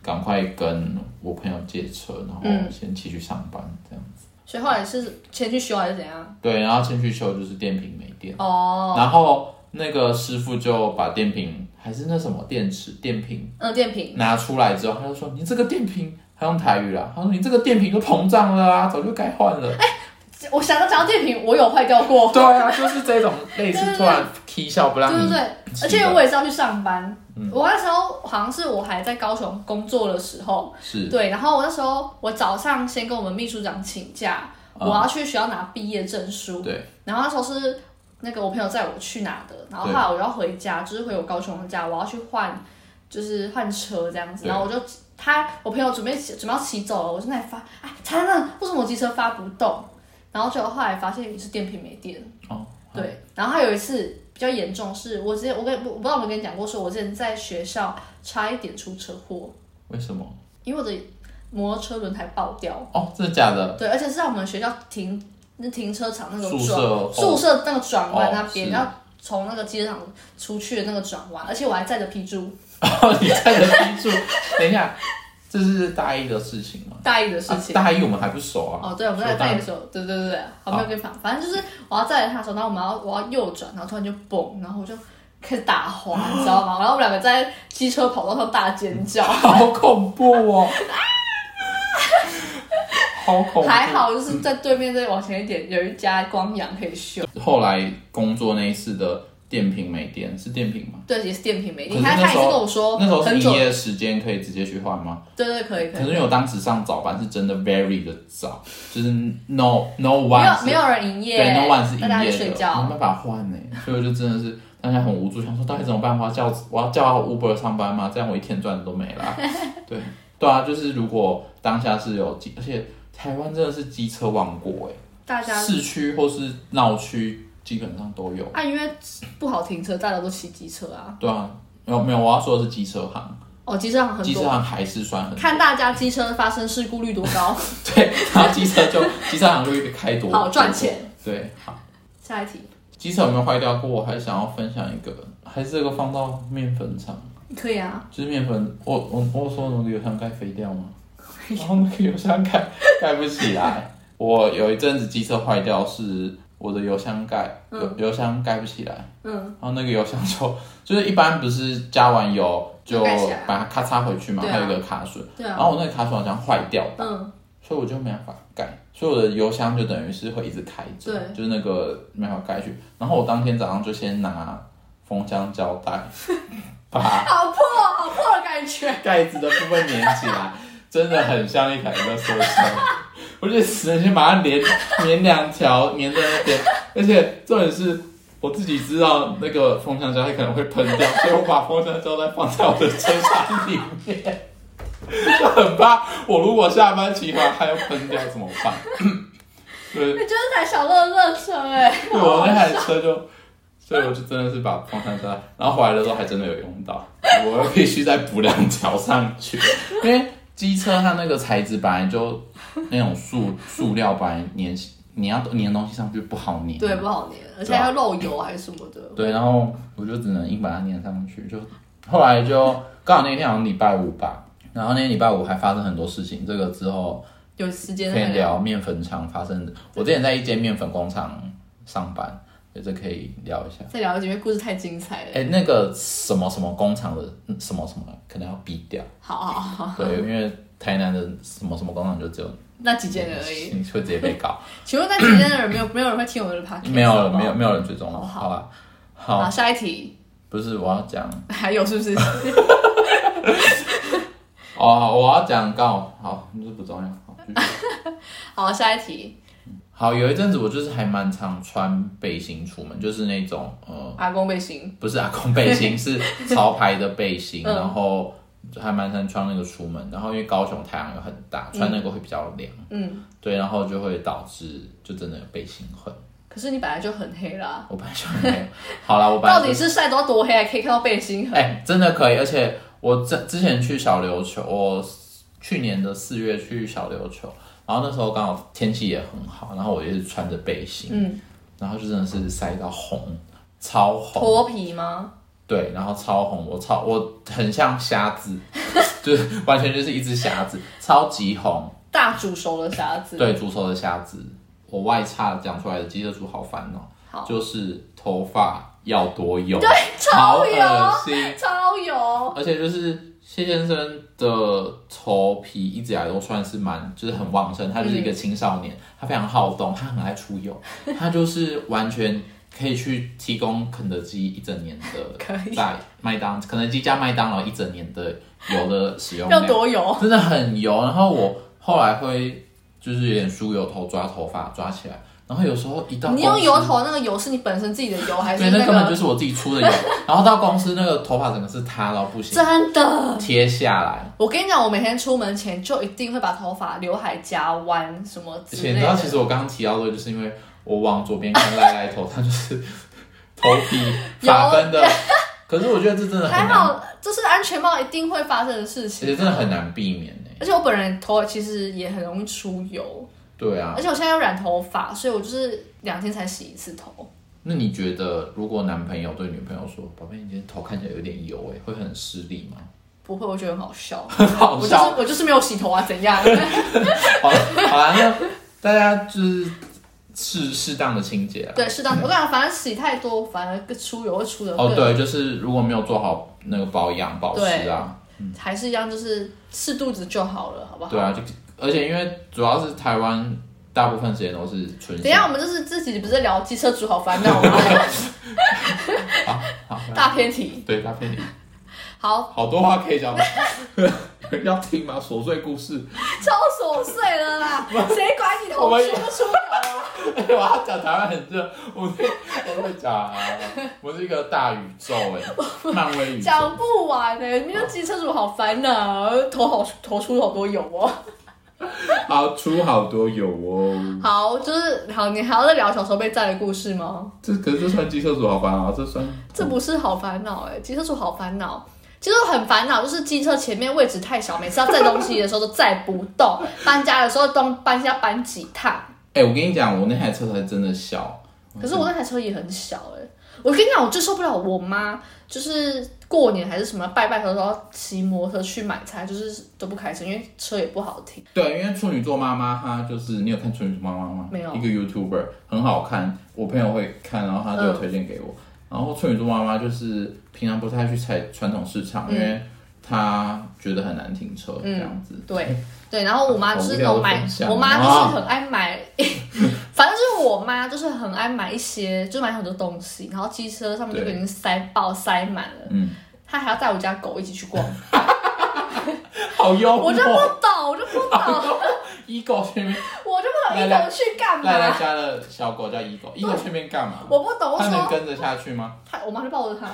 Speaker 2: 赶快跟我朋友借车，然后先骑去上班这样。
Speaker 1: 所以后来是先去修还是怎样？
Speaker 2: 对，然后先去修就是电瓶没电，
Speaker 1: 啊哦，
Speaker 2: 然后那个师傅就把电瓶还是那什么电池电瓶
Speaker 1: 嗯，电瓶。
Speaker 2: 拿出来之后，他就说你这个电瓶，他用台语啦，他说你这个电瓶都膨胀了啊，早就该换了。
Speaker 1: 我想到讲到电瓶，我有坏掉过。
Speaker 2: 对啊，就是这种类
Speaker 1: 对
Speaker 2: 似
Speaker 1: 对
Speaker 2: 突然踢笑啊不
Speaker 1: 对
Speaker 2: 让
Speaker 1: 对
Speaker 2: 你
Speaker 1: 对，而且我也是要去上班。
Speaker 2: 嗯
Speaker 1: 我那时候好像是我还在高雄工作的时候，
Speaker 2: 是
Speaker 1: 对，然后我那时候我早上先跟我们秘书长请假，
Speaker 2: 嗯
Speaker 1: 我要去学校拿毕业证书。
Speaker 2: 对，
Speaker 1: 然后那时候是那个我朋友载我去拿的，然后后
Speaker 2: 对
Speaker 1: 来我要回家，就是回我高雄的家，我要去换，就是换车这样子。
Speaker 2: 对
Speaker 1: 然后我就他我朋友准备起准备要骑走了，我就在那里发，哎，惨了，为什么我机车发不动？然后就后来发现是电瓶没电。
Speaker 2: 哦，
Speaker 1: 对，然后还有一次比较严重是，我之前我跟我我不知道有没有跟你讲过，说我之前在学校差一点出车祸。
Speaker 2: 为什么？
Speaker 1: 因为我的摩托车轮胎爆掉，
Speaker 2: 哦，真的 (laughs) 假的？
Speaker 1: 对，而且是在我们学校停那停车场那个
Speaker 2: 宿
Speaker 1: 转
Speaker 2: 舍
Speaker 1: 宿舍那个转弯那
Speaker 2: 哦
Speaker 1: 边，
Speaker 2: 是
Speaker 1: 然后从那个机场出去的那个转弯，而且我还载着 P 柱，
Speaker 2: 哦，你看着
Speaker 1: (laughs)
Speaker 2: 踢住，等一下，这是大一的事情吗？
Speaker 1: 大一的事情。
Speaker 2: 啊大一我们还不熟啊。
Speaker 1: 哦，对，我们在
Speaker 2: 说大
Speaker 1: 大一的时候，对对对对，好，没有跟你讲，反正就是我要载着他的时候，然后我们要我要右转，然后突然就嘣，然后我就开始打滑，你知道吗？然后我们两个在机车跑道上大尖叫，
Speaker 2: 啊 (laughs) 好恐怖
Speaker 1: (laughs)
Speaker 2: 哦！好恐怖。
Speaker 1: 还好就是在对面再往前一点有一家光阳可以修，
Speaker 2: 后来工作那一次的电瓶没电，是电瓶吗？
Speaker 1: 对，也是电瓶没
Speaker 2: 可
Speaker 1: 电，
Speaker 2: 是
Speaker 1: 他
Speaker 2: 那
Speaker 1: 他也
Speaker 2: 时
Speaker 1: 是
Speaker 2: 候
Speaker 1: 跟我说
Speaker 2: 那时候是
Speaker 1: 哦很
Speaker 2: 营
Speaker 1: 久
Speaker 2: 业时间可以直接去换吗？
Speaker 1: 对对，可以可
Speaker 2: 可是
Speaker 1: 以。
Speaker 2: 因为我当时上早班是真的 very 的早，就是 no no
Speaker 1: 没
Speaker 2: one
Speaker 1: 有
Speaker 2: 是
Speaker 1: 没有人营业，
Speaker 2: 对 no one 是营
Speaker 1: 大家去
Speaker 2: 业
Speaker 1: 睡
Speaker 2: 的，嗯没
Speaker 1: 觉。
Speaker 2: 办法换呢、所以我就真的是当下很无助，想说到底怎么办？我要叫我要叫 Uber 上班吗？这样我一天赚的都没
Speaker 1: (laughs)
Speaker 2: 了。啊对对啊，就是如果当下是有机，而且台湾真的是机车王国哎、
Speaker 1: 大家
Speaker 2: 市区或是闹区基本上都有。
Speaker 1: 啊，因为不好停车，大家都骑机车啊。
Speaker 2: 对啊，没有没有，我要说的是机车行，
Speaker 1: 哦，机车行很
Speaker 2: 机车
Speaker 1: 多，
Speaker 2: 行还是算很 (laughs)
Speaker 1: 看大家机车发生事故率多高，
Speaker 2: 对，然后机车就机车行就一个开多
Speaker 1: 好赚。钱。
Speaker 2: 对，好，
Speaker 1: 下一题，
Speaker 2: 机车有没有坏掉过？我还想要分享一个，还是这个放到面粉厂，
Speaker 1: 可以啊。
Speaker 2: 就是面粉，我我我说那个油箱盖飞掉吗？哦然后那个油箱盖盖不起来。我有一阵子机车坏掉是，我的邮箱盖邮、邮箱盖不起来，
Speaker 1: 嗯，
Speaker 2: 然后那个邮箱就就是一般不是加完油就
Speaker 1: 就盖起来
Speaker 2: 把它咔嚓回去嘛，
Speaker 1: 对啊
Speaker 2: 还有一个卡榫，
Speaker 1: 对
Speaker 2: 然
Speaker 1: 啊，
Speaker 2: 后我那个卡榫好像坏掉吧，
Speaker 1: 嗯，
Speaker 2: 所以我就没办法盖，所以我的邮箱就等于是会一直开着，
Speaker 1: 对
Speaker 2: 就是那个没办法盖去。然后我当天早上就先拿封箱胶
Speaker 1: (laughs)
Speaker 2: 带把
Speaker 1: 好破，好破的感觉。
Speaker 2: 盖子的部分粘起来，真的很像一台热缩车。我就只能先把它连连两条粘在那边，而且重点是我自己知道那个封箱胶带可能会喷掉，所以我把封箱胶带放在我的车厢里面，就很怕我如果下班骑回来它要喷掉怎么办？对，
Speaker 1: 你真的台小乐乐车哎、
Speaker 2: 对我那台车就，所以我就真的是把风扇车，然后回来的时候还真的有用到，我又必须再补两条上去，因为机车它那个材质本来就那种塑塑料，本来粘你要粘东西上去不好粘，
Speaker 1: 对，不好粘，而且还要漏油啊还是什么的。
Speaker 2: 对，然后我就只能硬把它粘上去，就后来就刚好那天好像礼拜五吧，然后那天礼拜五还发生很多事情，这个之后
Speaker 1: 有时间
Speaker 2: 可以
Speaker 1: 再
Speaker 2: 聊面粉厂发生的。我之前在一间面粉工厂上班，所以这可以聊一下。
Speaker 1: 再聊，因为故事太精彩了。
Speaker 2: 哎、那个什么什么工厂的嗯什么什么，可能要逼掉。
Speaker 1: 好好好，
Speaker 2: 对，因为台南的什么什么工厂就只有
Speaker 1: 那几件人而已。
Speaker 2: 你会 (laughs) 直接被
Speaker 1: (laughs)
Speaker 2: 告。
Speaker 1: 请问那几件人没有没有人会听我们的 podcast？
Speaker 2: 没有
Speaker 1: 好
Speaker 2: 了，
Speaker 1: 不好
Speaker 2: 没有，。没有人追踪了。
Speaker 1: 哦好好
Speaker 2: 好吧，好，
Speaker 1: 好，下一题
Speaker 2: 不是我要讲
Speaker 1: (laughs) 还有是
Speaker 2: (laughs)
Speaker 1: 不是？
Speaker 2: 哦，我要讲刚好好，这不重要。好，继续
Speaker 1: 好，下一题，
Speaker 2: 好，有一阵子我就是还蛮常穿背心出门，就是那种呃
Speaker 1: 阿公背心，
Speaker 2: 不是阿公
Speaker 1: (laughs)
Speaker 2: 背心，是潮牌的背心，
Speaker 1: 嗯
Speaker 2: 然后还蛮常穿那个出门。然后因为高雄太阳又很大，穿那个会比较凉，
Speaker 1: 嗯，
Speaker 2: 对，然后就会导致就真的有背心痕。
Speaker 1: 可是你本来就很黑啦，
Speaker 2: 我本来就没有，好啦，我本来
Speaker 1: 啊到
Speaker 2: 就
Speaker 1: 底是晒到多黑，还可以看到背心痕？
Speaker 2: 哎、真的可以，而且我之之前去小琉球，我去年的四月去小琉球，然后那时候刚好天气也很好，然后我也是穿着背心，
Speaker 1: 嗯，
Speaker 2: 然后就真的是晒到红，超红，
Speaker 1: 脱皮吗？
Speaker 2: 对，然后超红，我超我很像瞎子， (laughs) 就是完全就是一只瞎子，超级红，
Speaker 1: 大煮熟的瑕疵。
Speaker 2: 对，煮熟的瞎子。我外差讲出来的鸡肉猪好烦哦，
Speaker 1: 好，
Speaker 2: 就是头发要多油，
Speaker 1: 对，超
Speaker 2: 好呃恶
Speaker 1: 油，
Speaker 2: 心，
Speaker 1: 超油，
Speaker 2: 而且就是谢先生的头皮一直以来都算是蛮，就是很旺盛，他就是一个青少年，他非常好动，他很爱出
Speaker 1: (laughs)
Speaker 2: 游，他就是完全可以去提供肯德基一整年
Speaker 1: 可
Speaker 2: 的，
Speaker 1: 以
Speaker 2: 在麦当肯德基加麦当劳一整年的油的使用
Speaker 1: 要
Speaker 2: 量，
Speaker 1: 多油？
Speaker 2: 真的很油。然后我后来会就是有点梳油头抓头发抓起来，然后有时候一到
Speaker 1: 你用
Speaker 2: 公司
Speaker 1: 油头那个油是你本身自己的油，还是
Speaker 2: 对，那
Speaker 1: 那
Speaker 2: 根本
Speaker 1: 个
Speaker 2: 就是我自己出的油，然后到公司那个头发整个是塌到不行，
Speaker 1: 真的？
Speaker 2: 贴下来。
Speaker 1: 我跟你讲，我每天出门前就一定会把头发、刘海夹弯什么
Speaker 2: 而
Speaker 1: 之
Speaker 2: 且
Speaker 1: 类
Speaker 2: 你知道，其
Speaker 1: 的。
Speaker 2: 实我刚刚提到的，就是因为我往左边看赖赖头，他就是 (laughs) 头皮发
Speaker 1: (laughs)
Speaker 2: 根的。可是我觉得这真的
Speaker 1: 还
Speaker 2: 很难，
Speaker 1: 好，这是安全帽一定会发生的事
Speaker 2: 其
Speaker 1: 情。
Speaker 2: 实
Speaker 1: 啊
Speaker 2: 真的很难避免欸呢。
Speaker 1: 而且我本人头其实也很容易出油，
Speaker 2: 对啊
Speaker 1: 而，且我现在要染头发，所以我就是两天才洗一次头。
Speaker 2: 那你觉得如果男朋友对女朋友说：“宝贝，你今天头看起来有点油，哎，会很失礼吗 (laughs)
Speaker 1: 不会，我觉得很好笑。？”
Speaker 2: 好
Speaker 1: 我就是
Speaker 2: 笑，
Speaker 1: 我就是没有洗头啊，怎
Speaker 2: (laughs)
Speaker 1: 样？
Speaker 2: 好了好了，那大家就是适适当的清洁啊。
Speaker 1: 对，适当。我跟你讲，反正洗太多，反而更出油会出的。
Speaker 2: 哦，，对，就是如果没有做好那个保养保湿啊，
Speaker 1: 还是一样，就是适度子就好了，好不好？
Speaker 2: 对啊，就而且因为主要是台湾大部分时间都是春夏
Speaker 1: 等一下，我们就是自己不是聊机车族好烦恼吗？
Speaker 2: (laughs) 好，
Speaker 1: 大偏题。
Speaker 2: 对大片里
Speaker 1: 好，
Speaker 2: 好多话可以讲， (laughs) 要听吗？琐碎故事，
Speaker 1: 超琐碎了
Speaker 2: (laughs)
Speaker 1: 啦，谁管你
Speaker 2: 我
Speaker 1: 头
Speaker 2: 们
Speaker 1: 出不出油啊？
Speaker 2: 我要讲台湾很热，我会我会讲啊，我是一个大宇宙哎，漫威宇宙。
Speaker 1: 讲不完呢、你们机车族好烦恼，头好头出好多油哦。
Speaker 2: 好出好多油哦，
Speaker 1: 好，就是好，你还要再聊小时候被占的故事吗？
Speaker 2: 这可是这算机车主好烦啊，这算
Speaker 1: 这不是好烦恼哎，机车族好烦恼。其实我很烦恼，就是机车前面位置太小，每次要载东西的时候都载不动，搬家的时候东搬要搬几趟。
Speaker 2: 哎、我跟你讲，我那台车才真的小，
Speaker 1: 可是我那台车也很小哎、我跟你讲，我最受不了我妈，就是过年还是什么拜拜的时候骑摩托车去买菜，就是都不开车，因为车也不好停。
Speaker 2: 对，因为处女座妈妈她就是，你有看处女座妈妈吗？
Speaker 1: 没有
Speaker 2: 一个 YouTuber 很好看，我朋友会看，然后他就
Speaker 1: 嗯
Speaker 2: 有推荐给我。然后处女座妈妈就是平常不太去踩传统市场，
Speaker 1: 嗯
Speaker 2: 因为她觉得很难停车、这样子。
Speaker 1: 对对，然后我妈就是那
Speaker 2: 嗯好无聊
Speaker 1: 种
Speaker 2: 的
Speaker 1: 买
Speaker 2: 分，享啊
Speaker 1: 我妈就是很爱买， (laughs) 反正就是我妈就是很爱买一些，就是买很多东西，然后机车上面就
Speaker 2: 对
Speaker 1: 已经塞爆塞满了，
Speaker 2: 嗯，
Speaker 1: 她还要带我家狗一起
Speaker 2: (laughs)
Speaker 1: 去逛，
Speaker 2: 好幽默，E
Speaker 1: 我就，不懂，我就不懂，
Speaker 2: 一 (laughs) 狗去面
Speaker 1: 我就不懂
Speaker 2: 来
Speaker 1: 一
Speaker 2: 来
Speaker 1: 狗去干
Speaker 2: 赖
Speaker 1: 嘛
Speaker 2: 赖，家的小狗叫 E 一狗，一狗去面干嘛？
Speaker 1: 我不懂，我
Speaker 2: 它能
Speaker 1: 说
Speaker 2: 跟着下去吗？
Speaker 1: 她，我妈就抱着她，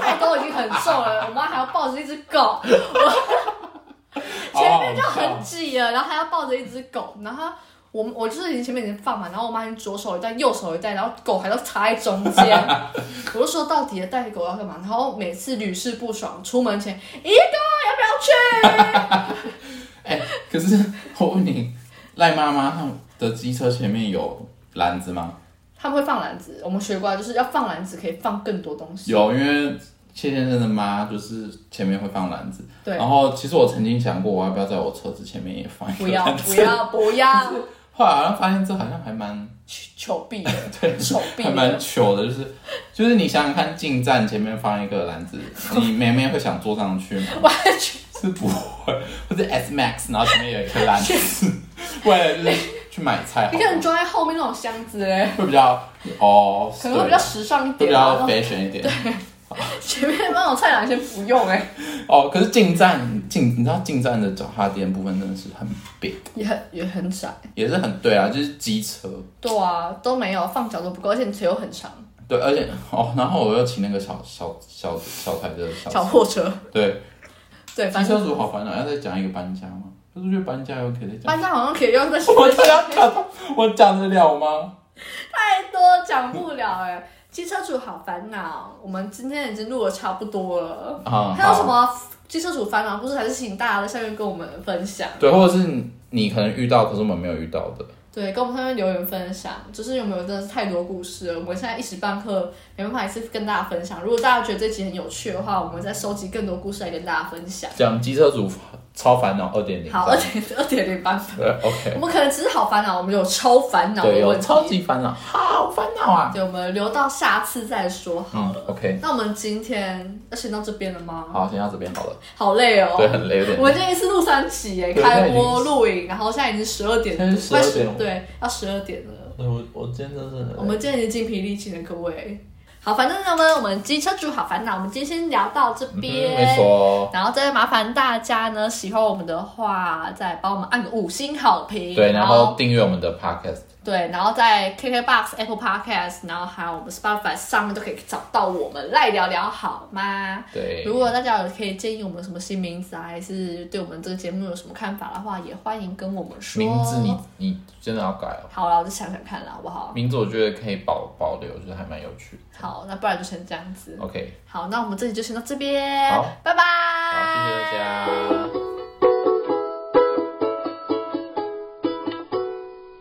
Speaker 1: 菜都已经很重了，我妈还要抱着一只狗，前面就
Speaker 2: 哦好好
Speaker 1: 很
Speaker 2: 笑
Speaker 1: 挤了，然后还要抱着一只狗，然后我我就是已经前面已经放满，然后我妈已经左手一袋，右手一袋，然后狗还要插在中间， (laughs) 我就说到底了带狗要干嘛？然后每次屡试不爽，出门前一个要不要去？
Speaker 2: 哎、可是 (laughs) 我问你，赖妈妈她的机车前面有篮子吗？
Speaker 1: 他们会放篮子，我们学过啊，就是要放篮子，可以放更多东西。
Speaker 2: 有，因为谢先生的妈就是前面会放篮子，
Speaker 1: 对
Speaker 2: 然后其实我曾经想过，我要不要在我车子前面也放一
Speaker 1: 不
Speaker 2: 个
Speaker 1: 要
Speaker 2: 篮
Speaker 1: 不
Speaker 2: 子？ (laughs)
Speaker 1: 要不要，
Speaker 2: 后来好像发现这好像还蛮
Speaker 1: 糗毙了，
Speaker 2: (laughs) 对
Speaker 1: 手臂
Speaker 2: 还蛮糗的，就是就是你想想看，进站前面放一个
Speaker 1: (laughs)
Speaker 2: 篮子，你妹妹会想坐上去吗？
Speaker 1: 完全
Speaker 2: 是不会，或者 S Max，然后前面有一颗篮子， (laughs) 为了就是去买菜好
Speaker 1: 一
Speaker 2: 了，
Speaker 1: 个人装在后面那种箱子嘞，
Speaker 2: 会比较哦，
Speaker 1: 可能会比较
Speaker 2: 对，
Speaker 1: 时尚一
Speaker 2: 会
Speaker 1: 点
Speaker 2: 比
Speaker 1: 啊。
Speaker 2: 较 fashion 一点。
Speaker 1: 前面那种菜篮先不用哎、
Speaker 2: 哦，可是进站进，你知道进站的脚踏垫部分真的是很 big，
Speaker 1: 也很也很窄。
Speaker 2: 也是很对啊，就是机车。
Speaker 1: 对啊，都没有放脚都不够，而且你腿又很长，
Speaker 2: 对，而且哦，然后我又骑那个小小小小台的小
Speaker 1: 小货车。
Speaker 2: 对，
Speaker 1: 对，
Speaker 2: 机
Speaker 1: 反正
Speaker 2: 车族好烦恼，要再讲一个搬家吗？可是我觉得搬家又可以再讲， (laughs)
Speaker 1: 搬家好像可以用个
Speaker 2: 我这要讲，我讲得了吗？
Speaker 1: 太多讲不了哎、机车主好烦恼，我们今天已经录的差不多了，
Speaker 2: 啊、
Speaker 1: 还有什
Speaker 2: 好？
Speaker 1: 么机车主烦恼故事，还是请大家在下面跟我们分享。
Speaker 2: 对，或者是你可能遇到，可是我们没有遇到的。
Speaker 1: 对，跟我们下面留言分享，就是有没有真的是太多故事了，我们现在一时半刻没办法一次跟大家分享。如果大家觉得这集很有趣的话，我们再收集更多故事来跟大家分享。
Speaker 2: 讲机车族超烦恼二点零，
Speaker 1: 好，二点二点零版本。
Speaker 2: 对，OK，
Speaker 1: 我们可能只是好烦恼，我们有超烦恼的
Speaker 2: 对，有
Speaker 1: 问题，
Speaker 2: 超级烦恼，好烦恼啊！
Speaker 1: 对，我们留到下次再说好
Speaker 2: 嗯
Speaker 1: 了。
Speaker 2: ，OK，
Speaker 1: 那我们今天要先到这边了吗？
Speaker 2: 好，先到这边好了。
Speaker 1: 好累哦，
Speaker 2: 对，很累，有点
Speaker 1: 我们这一次录三期耶，
Speaker 2: 对
Speaker 1: 开
Speaker 2: 现在已
Speaker 1: 播
Speaker 2: 经
Speaker 1: 录影，然后现在已经十二点，
Speaker 2: 现在是
Speaker 1: 快
Speaker 2: 12点了
Speaker 1: 对，要十二点了。
Speaker 2: 对我我今天真的是很
Speaker 1: 我们今天已经精疲力尽了，各位。好，反正呢，我们机车主好烦恼，我们今天先聊到这边。
Speaker 2: 嗯没错，哦
Speaker 1: 然后再麻烦大家呢，喜欢我们的话，再帮我们按个五星好评。
Speaker 2: 对，然后订阅我们的 podcast，
Speaker 1: 对，然后在 KKBox、Apple Podcast，然后还有我们 Spotify 上面都可以找到我们赖聊聊好吗？
Speaker 2: 对，
Speaker 1: 如果大家有可以建议我们有什么新名字啊，还是对我们这个节目有什么看法的话，也欢迎跟我们说。
Speaker 2: 名字你你真的要改哦，
Speaker 1: 好了，我就想想看了，好不好？
Speaker 2: 名字我觉得可以保保留，就是还蛮有趣的。
Speaker 1: 好，那不然就先这样子。
Speaker 2: OK，
Speaker 1: 好，那我们这里就先到这边
Speaker 2: 好，
Speaker 1: 拜拜。
Speaker 2: 好，谢谢大家。